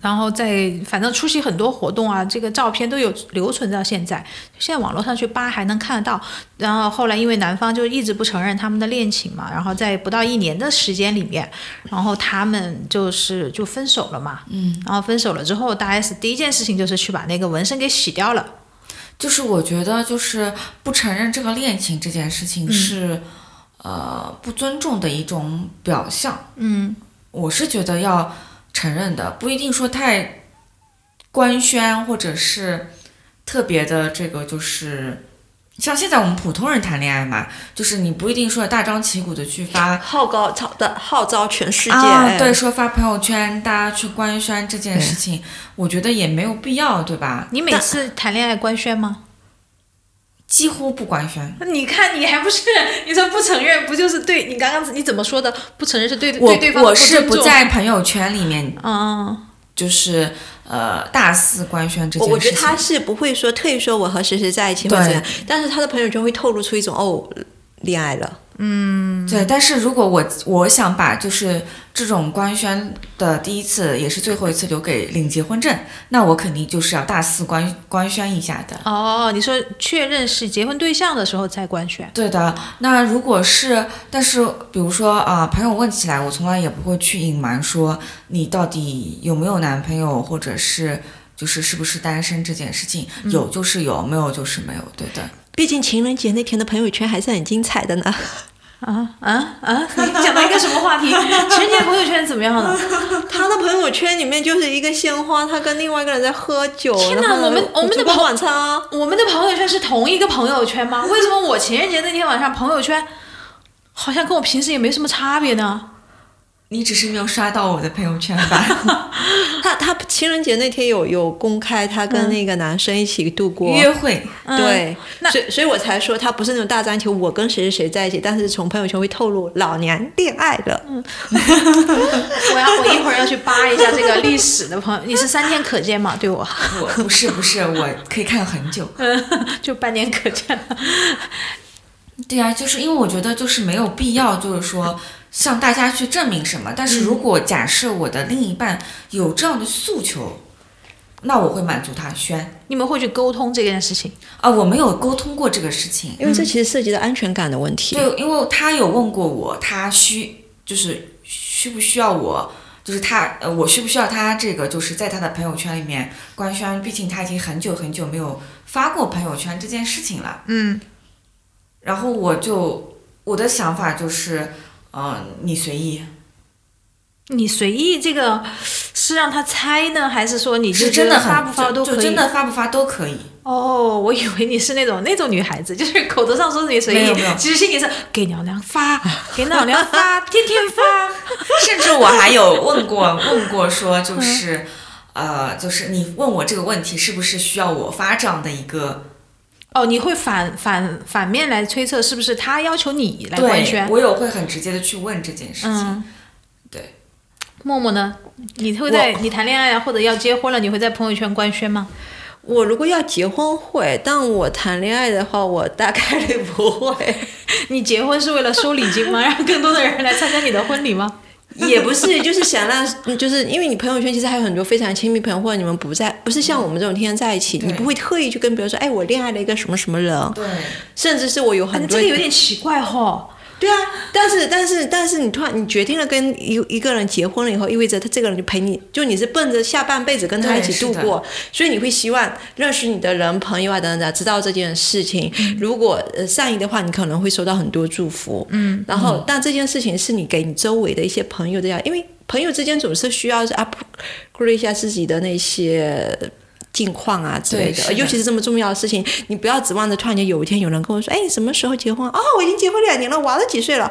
[SPEAKER 2] 然后在反正出席很多活动啊，这个照片都有留存到现在。现在网络上去扒还能看得到。然后后来因为男方就一直不承认他们的恋情嘛，然后在不到一年的时间里面，然后他们就是就分手了嘛。嗯。然后分手了之后，大 S 第一件事情就是去把那个纹身给洗掉了。
[SPEAKER 4] 就是我觉得，就是不承认这个恋情这件事情是，呃，不尊重的一种表象。
[SPEAKER 2] 嗯
[SPEAKER 4] 我是觉得要承认的，不一定说太官宣或者是特别的这个，就是像现在我们普通人谈恋爱嘛，就是你不一定说大张旗鼓的去发
[SPEAKER 3] 号召朝的号召全世界。哎
[SPEAKER 4] 啊，对，，说发朋友圈，大家去官宣这件事情，我觉得也没有必要，对吧？
[SPEAKER 2] 你每次谈恋爱官宣吗？
[SPEAKER 4] 几乎不官宣，
[SPEAKER 2] 你看，你还不是你说不承认，不就是对你刚刚你怎么说的？不承认是对
[SPEAKER 4] 我
[SPEAKER 2] 对对方的
[SPEAKER 4] 我是
[SPEAKER 2] 尊
[SPEAKER 4] 不
[SPEAKER 2] 重
[SPEAKER 4] 在朋友圈里面，
[SPEAKER 2] 嗯，
[SPEAKER 4] 就是呃大肆官宣这
[SPEAKER 3] 我
[SPEAKER 4] 件
[SPEAKER 3] 我
[SPEAKER 4] 事
[SPEAKER 3] 觉
[SPEAKER 4] 情。
[SPEAKER 3] 得他是不会说特意说我和谁谁在一起或者
[SPEAKER 4] 对
[SPEAKER 3] 怎样，但是他的朋友圈会透露出一种哦，恋爱了。
[SPEAKER 4] 对，但是如果我我想把就是这种官宣的第一次也是最后一次留给领结婚证，那我肯定就是要大肆官官宣一下的。
[SPEAKER 2] 哦，你说确认是结婚对象的时候再官宣，
[SPEAKER 4] 对的，那如果是，但是比如说啊、朋友问起来，我从来也不会去隐瞒说你到底有没有男朋友，或者是就是是不是单身这件事情，有就是有，没有就是没有，对的。
[SPEAKER 3] 毕竟情人节那天的朋友圈还是很精彩的呢。
[SPEAKER 2] 啊啊啊！你讲到一个什么话 题？情人节朋友圈怎么样了？
[SPEAKER 3] 他的朋友圈里面就是一个鲜花，他跟另外一个人在喝酒。
[SPEAKER 2] 天哪
[SPEAKER 3] 然后
[SPEAKER 2] 我们我们的
[SPEAKER 3] 烛光
[SPEAKER 2] 朋
[SPEAKER 3] 晚餐啊，
[SPEAKER 2] 我们的朋友圈是同一个朋友圈吗？为什么我情人节那天晚上朋友圈好像跟我平时也没什么差别呢？
[SPEAKER 4] 你只是没有刷到我的朋友圈吧？
[SPEAKER 3] 他他情人节那天有有公开他跟那个男生一起度过。
[SPEAKER 4] 约会，
[SPEAKER 2] 嗯
[SPEAKER 3] 对，
[SPEAKER 2] 那
[SPEAKER 3] 所以所以我才说他不是那种大张旗，我跟谁谁谁在一起，但是从朋友圈会透露老娘恋爱了。
[SPEAKER 2] 嗯我要我一会儿要去扒一下这个历史的朋友，你是三天可见吗？对我。
[SPEAKER 4] 我不是不是，我可以看很久。
[SPEAKER 2] 就半年可见了。
[SPEAKER 4] 对呀、就是因为我觉得就是没有必要，就是说向大家去证明什么。但是如果假设我的另一半有这样的诉求，那我会满足他宣。
[SPEAKER 2] 你们会去沟通这件事情？
[SPEAKER 4] 啊，我没有沟通过这个事情。
[SPEAKER 3] 因为
[SPEAKER 2] 嗯
[SPEAKER 3] 这其实涉及到安全感的问题。
[SPEAKER 4] 对，因为他有问过我，他需就是需不需要我，就是他呃，我需不需要他这个，就是在他的朋友圈里面官宣，毕竟他已经很久很久没有发过朋友圈这件事情了。
[SPEAKER 2] 嗯，
[SPEAKER 4] 然后我就我的想法就是，嗯、你随意，
[SPEAKER 2] 你随意这个是让他猜呢，还是说你就是
[SPEAKER 4] 真的
[SPEAKER 2] 觉得
[SPEAKER 4] 很
[SPEAKER 2] 发不发都
[SPEAKER 4] 就就
[SPEAKER 2] 可以？
[SPEAKER 4] 真的发不发都可以。
[SPEAKER 2] 哦，我以为你是那种 那种女孩子，就是口头上说你随
[SPEAKER 4] 没
[SPEAKER 2] 意
[SPEAKER 4] 有没有，
[SPEAKER 2] 其实心里是给娘娘发，给老娘发，天天 发。
[SPEAKER 4] 甚至我还有问过问过说，
[SPEAKER 2] 嗯
[SPEAKER 4] 就是，呃，就是你问我这个问题是不是需要我发这样的一个？
[SPEAKER 2] 哦，你会反反反面来推测，是不是他要求你来官
[SPEAKER 4] 对
[SPEAKER 2] 宣，？
[SPEAKER 4] 我有会很直接的去问这件事情。
[SPEAKER 2] 嗯，
[SPEAKER 4] 对。
[SPEAKER 2] 默默呢？你会在你谈恋爱啊，或者要结婚了，你会在朋友圈官宣吗？
[SPEAKER 3] 我如果要结婚会，但我谈恋爱的话，我大概率不会。
[SPEAKER 2] 你结婚是为了收礼金吗？让更多的人来参加你的婚礼吗？
[SPEAKER 3] 也不是，就是想 让，就是因为你朋友圈其实还有很多非常亲密朋友，或者你们不在，不是像我们这种天天在一起，你不会特意去跟别人说，哎，我恋爱了一个什么什么人，
[SPEAKER 2] 嗯
[SPEAKER 4] 对，
[SPEAKER 3] 甚至是我有
[SPEAKER 2] 啊
[SPEAKER 3] 很
[SPEAKER 2] 这
[SPEAKER 3] 多。
[SPEAKER 2] 个有点奇怪哦。
[SPEAKER 3] 对啊，但是但是但是你突然你决定了跟一一个人结婚了以后，意味着他这个人就陪你，就你是奔着下半辈子跟他一起
[SPEAKER 4] 对
[SPEAKER 3] 度
[SPEAKER 4] 是的
[SPEAKER 3] 过，所以你会希望认识你的人、朋友啊等等的知道这件事情。如果呃善意的话，你可能会收到很多祝福。嗯，然后但这件事情是你给你周围的一些朋友这样，因为朋友之间总是需要是 upgrade 一下自己的那些。近况啊之类
[SPEAKER 4] 对
[SPEAKER 3] 的，
[SPEAKER 4] 是的
[SPEAKER 3] 尤其是这么重要的事情，你不要指望着突然间有一天有人跟我说：“哎，你什么时候结婚？”哦，我已经结婚两年了，娃都几岁了。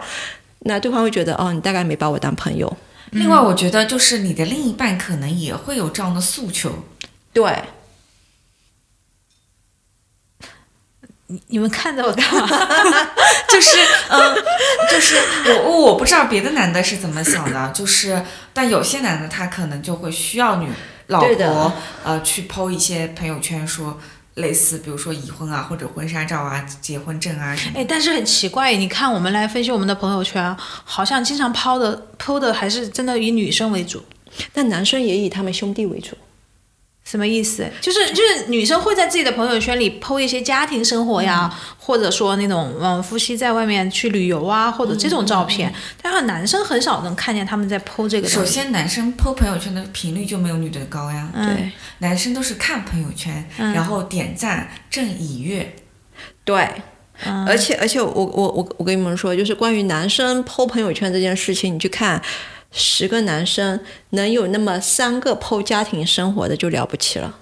[SPEAKER 3] 那对方会觉得：“哦，你大概没把我当朋友。
[SPEAKER 4] 另外，我觉得就是你的另一半可能也会有这样的诉求，”
[SPEAKER 3] 对，
[SPEAKER 2] 你们看着我干嘛？
[SPEAKER 4] 就是嗯，就是我我我不知道别的男的是怎么想的，就是但有些男的他可能就会需要女老
[SPEAKER 3] 对的
[SPEAKER 4] 婆呃去剖一些朋友圈说类似比如说已婚啊或者婚纱照啊结婚证啊什么的。
[SPEAKER 2] 哎，但是很奇怪，你看我们来分析我们的朋友圈，好像经常抛的抛的还是真的以女生为主，
[SPEAKER 3] 但男生也以他们兄弟为主。
[SPEAKER 2] 什么意思？就是就是女生会在自己的朋友圈里抛一些家庭生活呀，或者说那种嗯夫妻在外面去旅游啊，或者这种照片，但是男生很少能看见他们在抛这个东
[SPEAKER 4] 首
[SPEAKER 2] 西。
[SPEAKER 4] 先，男生剖朋友圈的频率就没有女的高呀。
[SPEAKER 2] 嗯
[SPEAKER 3] 对
[SPEAKER 4] 男生都是看朋友圈，
[SPEAKER 2] 嗯
[SPEAKER 4] 然后点赞、正已阅，
[SPEAKER 3] 对，
[SPEAKER 2] 嗯
[SPEAKER 3] 而且而且我我我我跟你们说，就是关于男生剖朋友圈这件事情，你去看十个男生能有那么三个剖家庭生活的就了不起了。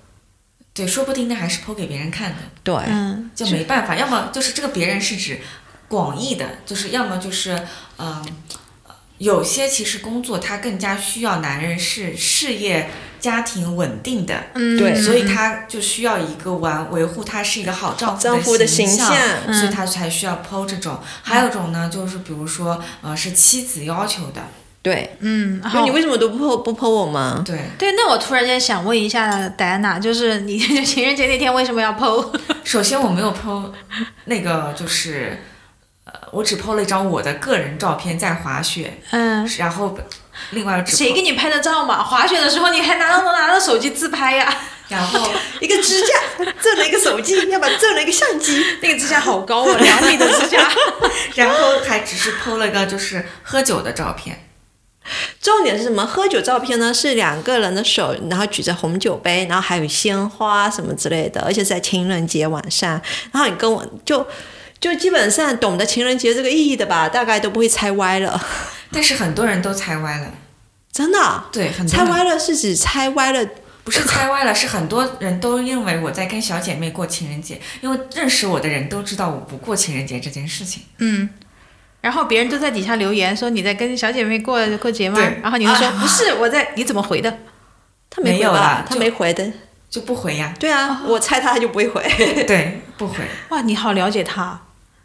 [SPEAKER 4] 对，说不定那还是剖给别人看的，
[SPEAKER 3] 对，
[SPEAKER 2] 嗯，
[SPEAKER 4] 就没办法。要么就是这个别人是指广义的，就是要么就是嗯、有些其实工作他更加需要男人是事业、家庭稳定的，
[SPEAKER 2] 嗯
[SPEAKER 3] 对
[SPEAKER 4] 所以他就需要一个完维护他是一个好丈
[SPEAKER 3] 丈夫
[SPEAKER 4] 的
[SPEAKER 3] 的形
[SPEAKER 4] 象，
[SPEAKER 3] 象
[SPEAKER 4] 所以
[SPEAKER 2] 嗯
[SPEAKER 4] 他才需要剖这种。还有一种呢，就是比如说呃是妻子要求的，
[SPEAKER 3] 对，
[SPEAKER 2] 嗯，然
[SPEAKER 3] 那
[SPEAKER 2] 后
[SPEAKER 3] 你为什么都不剖不剖我们？
[SPEAKER 4] 对。
[SPEAKER 2] 对，那我突然间想问一下戴安娜，就是你 情人节那天为什么要 PO？
[SPEAKER 4] 首先我没有 PO 那个，就是呃，我只 PO 了一张我的个人照片在滑雪，
[SPEAKER 2] 嗯，
[SPEAKER 4] 然后另外只 po
[SPEAKER 2] 谁给你拍的照嘛？滑雪的时候你还拿着拿着手机自拍 呀？
[SPEAKER 4] 然后
[SPEAKER 3] 一个支架，赠了一个手机，要不然赠了一个相机。
[SPEAKER 2] 那个支架好高啊， 两米的支架。
[SPEAKER 4] 然后还只是 PO 了个就是喝酒的照片，
[SPEAKER 3] 重点是什么？喝酒照片呢？是两个人的手，然后举着红酒杯，然后还有鲜花什么之类的，而且是在情人节晚上。然后你跟我就就基本上懂得情人节这个意义的吧，大概都不会猜歪了。
[SPEAKER 4] 但是很多人都猜歪了，
[SPEAKER 3] 真的，
[SPEAKER 4] 对，很多
[SPEAKER 3] 猜
[SPEAKER 4] 人
[SPEAKER 3] 歪了是指猜歪了。
[SPEAKER 4] 不是猜歪了，是很多人都认为我在跟小姐妹过情人节，因为认识我的人都知道我不过情人节这件事情。
[SPEAKER 2] 嗯，然后别人都在底下留言说你在跟小姐妹过过节吗
[SPEAKER 4] 对？
[SPEAKER 2] 然后你就说、不是，我在，你怎么回的？
[SPEAKER 3] 他没
[SPEAKER 4] 没
[SPEAKER 3] 回
[SPEAKER 4] 有
[SPEAKER 3] 吧
[SPEAKER 4] 啦？
[SPEAKER 3] 他
[SPEAKER 4] 就
[SPEAKER 3] 没回的。
[SPEAKER 4] 就不回呀，
[SPEAKER 3] 对啊，
[SPEAKER 2] 哦
[SPEAKER 3] 我猜他他就不会 回。
[SPEAKER 4] 对，不回。
[SPEAKER 2] 哇，你好了解他，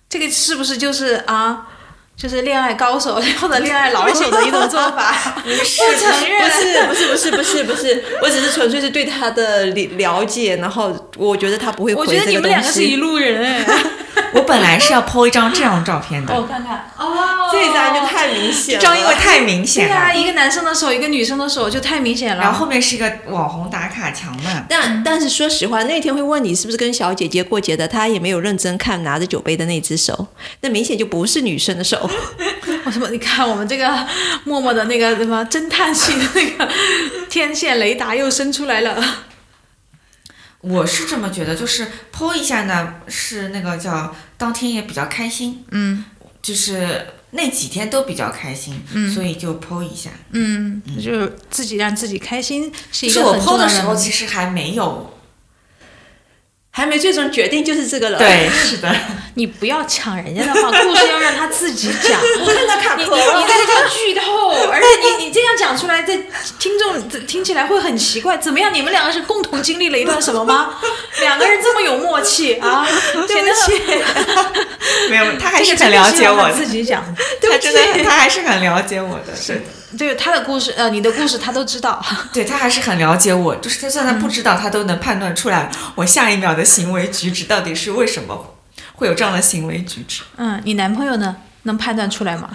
[SPEAKER 2] 这个是不是就是啊？就是恋爱高手 或者恋爱老手的一种做 法，不承认，
[SPEAKER 3] 不是不是不是不是不是，我只是纯粹是对他的了了解，然后我觉得他不会回
[SPEAKER 2] 我觉得
[SPEAKER 3] 这
[SPEAKER 2] 你
[SPEAKER 3] 个
[SPEAKER 2] 们
[SPEAKER 3] 东
[SPEAKER 2] 两个是一
[SPEAKER 3] 西。
[SPEAKER 2] 路人 哎。
[SPEAKER 4] 我本来是要 PO 一张这样照片的，
[SPEAKER 2] 哦我看看哦，
[SPEAKER 3] 这一张就太明显
[SPEAKER 4] 这
[SPEAKER 3] 了，
[SPEAKER 4] 张因为太明
[SPEAKER 2] 对
[SPEAKER 4] 显
[SPEAKER 2] 啊，
[SPEAKER 4] 了，
[SPEAKER 2] 一个男生的手，一个女生的手，就太明显了。
[SPEAKER 4] 然后后面是一个网红打卡墙嘛。
[SPEAKER 3] 但但是说实话，那天会问你是不是跟小姐姐过节的，她也没有认真看拿着酒杯的那只手，那明显就不是女生的手。
[SPEAKER 2] 为什么？你 看我们这个默默的那个什么侦探系的那个天线雷达又伸出来了。
[SPEAKER 4] 我是这么觉得，就是剖一下呢，是那个叫当天也比较开心，
[SPEAKER 2] 嗯
[SPEAKER 4] 就是那几天都比较开心，所以就剖一下。
[SPEAKER 2] 嗯，就是自己让自己开心是
[SPEAKER 4] 就
[SPEAKER 2] 一
[SPEAKER 4] 是
[SPEAKER 2] 个
[SPEAKER 4] 我
[SPEAKER 2] 很
[SPEAKER 4] 剖
[SPEAKER 2] 重要
[SPEAKER 4] 的时候，
[SPEAKER 2] 的。
[SPEAKER 4] 其实还没有，
[SPEAKER 3] 还没最终决定就是这个了。，
[SPEAKER 4] 对，是 的，
[SPEAKER 2] 你不要抢人家的话，故事要让他自己 讲。
[SPEAKER 3] 我看到卡
[SPEAKER 2] 你你
[SPEAKER 3] 壳了
[SPEAKER 2] 你这个叫剧透，而且你你这样讲出来，在听众这听起来会很奇怪。怎么样？你们两个是共同经历了一段什么吗？ 两个人这么有默 契啊，显得很
[SPEAKER 4] 没有，他还
[SPEAKER 2] 这
[SPEAKER 4] 是
[SPEAKER 2] 个
[SPEAKER 4] 很
[SPEAKER 2] 真的
[SPEAKER 4] 了解
[SPEAKER 2] 让他
[SPEAKER 4] 我的
[SPEAKER 2] 自。己讲，
[SPEAKER 3] 对
[SPEAKER 1] 他真的，他还是很了解我的，对
[SPEAKER 2] 对他的故事，呃，你的故事他都知道。
[SPEAKER 4] 对他还是很了解我，就是他虽然他
[SPEAKER 2] 嗯
[SPEAKER 4] 不知道，他都能判断出来我下一秒的行为举止到底是为什么会有这样的行为举止，
[SPEAKER 2] 嗯，你男朋友呢？能判断出来吗？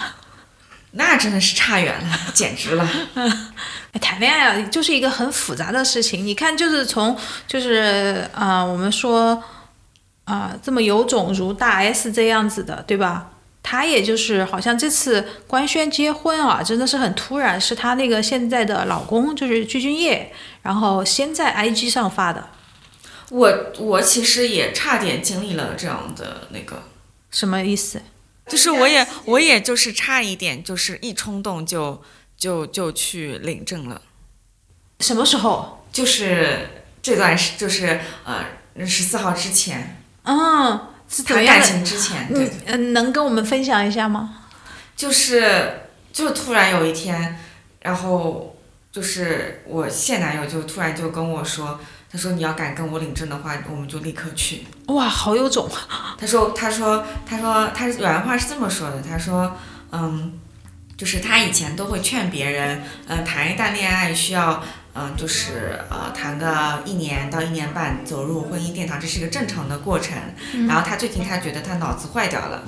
[SPEAKER 4] 那真的是差远了，简直了。
[SPEAKER 2] 哎谈恋爱啊，就是一个很复杂的事情。你看，就是从就是啊、呃我们说啊、呃这么有种如大 S 这样子的，对吧？他也就是好像这次官宣结婚啊，真的是很突然，是他那个现在的老公就是鞠婧祎，然后先在 IG 上发的，
[SPEAKER 4] 我我其实也差点经历了这样的那个，
[SPEAKER 2] 什么意思？
[SPEAKER 4] 就是我也我也就是差一点，就是一冲动就就就去领证了，
[SPEAKER 2] 什么时候？
[SPEAKER 4] 就是这段时就是呃十四号之前
[SPEAKER 2] 嗯，是怎么
[SPEAKER 4] 谈
[SPEAKER 2] 样
[SPEAKER 4] 感
[SPEAKER 2] 的？
[SPEAKER 4] 情之前，对
[SPEAKER 2] 嗯嗯，能跟我们分享一下吗？
[SPEAKER 4] 就是就突然有一天，然后就是我现男友就突然就跟我说，他说你要敢跟我领证的话，我们就立刻去。
[SPEAKER 2] 哇，好有种！
[SPEAKER 4] 他说他说他说他原话是这么说的，他说嗯，就是他以前都会劝别人，嗯、谈一段恋爱需要。嗯，就是呃，谈个一年到一年半，走入婚姻殿堂，这是一个正常的过程。
[SPEAKER 2] 嗯
[SPEAKER 4] 然后他最近他觉得他脑子坏掉了，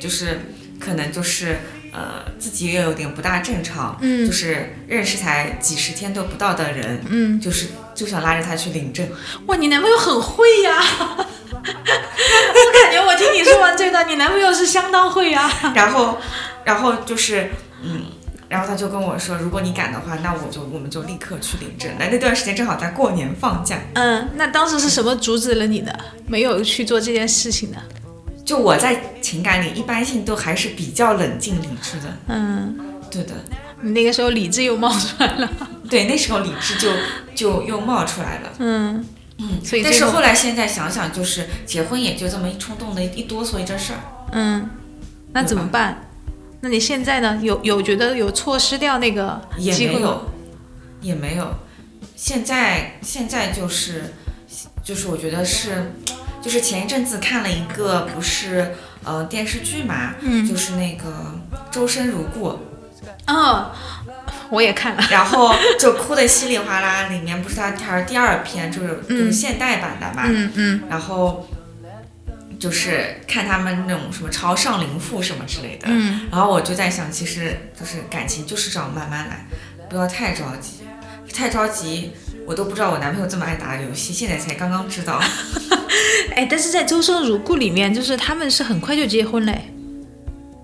[SPEAKER 4] 就是可能就是呃自己也有点不大正常，
[SPEAKER 2] 嗯
[SPEAKER 4] 就是认识才几十天都不到的人，
[SPEAKER 2] 嗯，
[SPEAKER 4] 就是就想拉着他去领证。
[SPEAKER 2] 哇，你男朋友很会呀、 我感觉我听你说完这段，你男朋友是相当会呀、
[SPEAKER 4] 然后，然后就是，嗯，然后他就跟我说，如果你敢的话，那我就我们就立刻去领证。那那段时间正好在过年放假，
[SPEAKER 2] 嗯，那当时是什么阻止了你的？没有去做这件事情的？
[SPEAKER 4] 就我在情感里一般性都还是比较冷静理智的，
[SPEAKER 2] 嗯，
[SPEAKER 4] 对的，
[SPEAKER 2] 你那个时候理智又冒出来了。
[SPEAKER 4] 对，那时候理智就就又冒出来了。
[SPEAKER 2] 嗯
[SPEAKER 4] 嗯，
[SPEAKER 2] 所以
[SPEAKER 4] 但
[SPEAKER 2] 最
[SPEAKER 4] 是
[SPEAKER 2] 后
[SPEAKER 4] 后来现在想想，就是结婚也就这么一冲动的一哆嗦一阵事儿。
[SPEAKER 2] 嗯，那怎么办？那你现在呢？有有觉得有错失掉那个
[SPEAKER 4] 也
[SPEAKER 2] 机
[SPEAKER 4] 没
[SPEAKER 2] 会吗？
[SPEAKER 4] 有，也没有。现在现在就是就是我觉得是，就是前一阵子看了一个不是呃电视剧嘛，
[SPEAKER 2] 嗯
[SPEAKER 4] 就是那个《周生如故》，
[SPEAKER 2] 哦，我也看了。
[SPEAKER 4] 然后就哭的稀里哗啦。里面不是他他第二篇就是就是
[SPEAKER 2] 嗯
[SPEAKER 4] 现代版的嘛，
[SPEAKER 2] 嗯嗯
[SPEAKER 4] 然后就是看他们那种什么朝上凌妇什么之类的，
[SPEAKER 2] 嗯，
[SPEAKER 4] 然后我就在想，其实就是感情就是这样慢慢来，不要太着急，太着急，我都不知道我男朋友这么爱打游戏，现在才刚刚知道。
[SPEAKER 2] 哎，但是在《周生如故》里面，就是他们是很快就结婚嘞，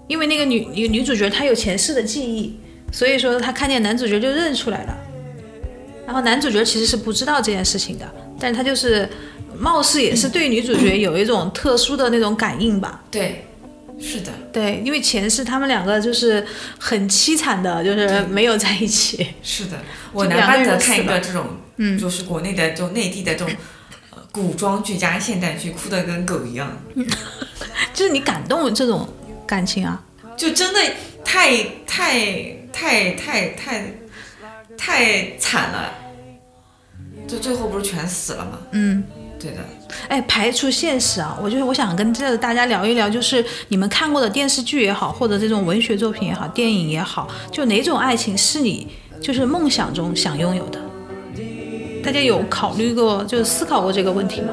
[SPEAKER 2] 因为那个女女女主角她有前世的记忆，所以说她看见男主角就认出来了。然后男主角其实是不知道这件事情的，但是他就是貌似也是对女主角有一种特殊的那种感应吧。
[SPEAKER 4] 对，是的，
[SPEAKER 2] 对，因为前世他们两个就是很凄惨的，就是没有在一起。
[SPEAKER 4] 是的，我
[SPEAKER 2] 就
[SPEAKER 4] 难
[SPEAKER 2] 两个
[SPEAKER 4] 办得
[SPEAKER 2] 人
[SPEAKER 4] 看一
[SPEAKER 2] 死
[SPEAKER 4] 个
[SPEAKER 2] 了
[SPEAKER 4] 这种，
[SPEAKER 2] 嗯
[SPEAKER 4] 就是国内的就内地的这种。呃古装剧加现代剧，哭得跟狗一样，
[SPEAKER 2] 就是你感动这种感情啊，
[SPEAKER 4] 就真的太太太太太太惨了，就最后不是全死了吗？
[SPEAKER 2] 嗯。
[SPEAKER 4] 对的，
[SPEAKER 2] 哎，排除现实啊，我就是我想跟这大家聊一聊，就是你们看过的电视剧也好，或者这种文学作品也好，电影也好，就哪种爱情是你就是梦想中想拥有的？大家有考虑过，就是思考过这个问题吗？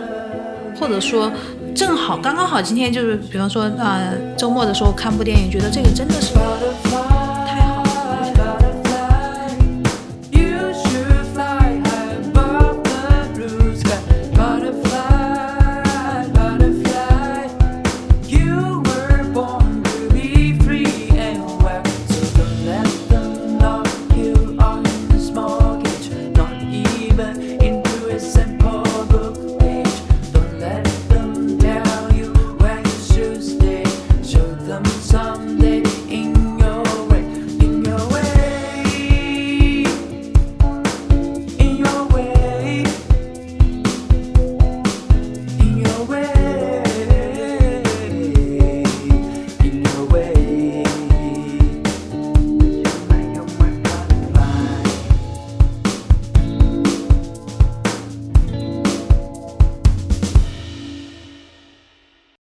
[SPEAKER 2] 或者说，正好刚刚好今天就是，比方说，呃，周末的时候看部电影，觉得这个真的是
[SPEAKER 6] Butterfly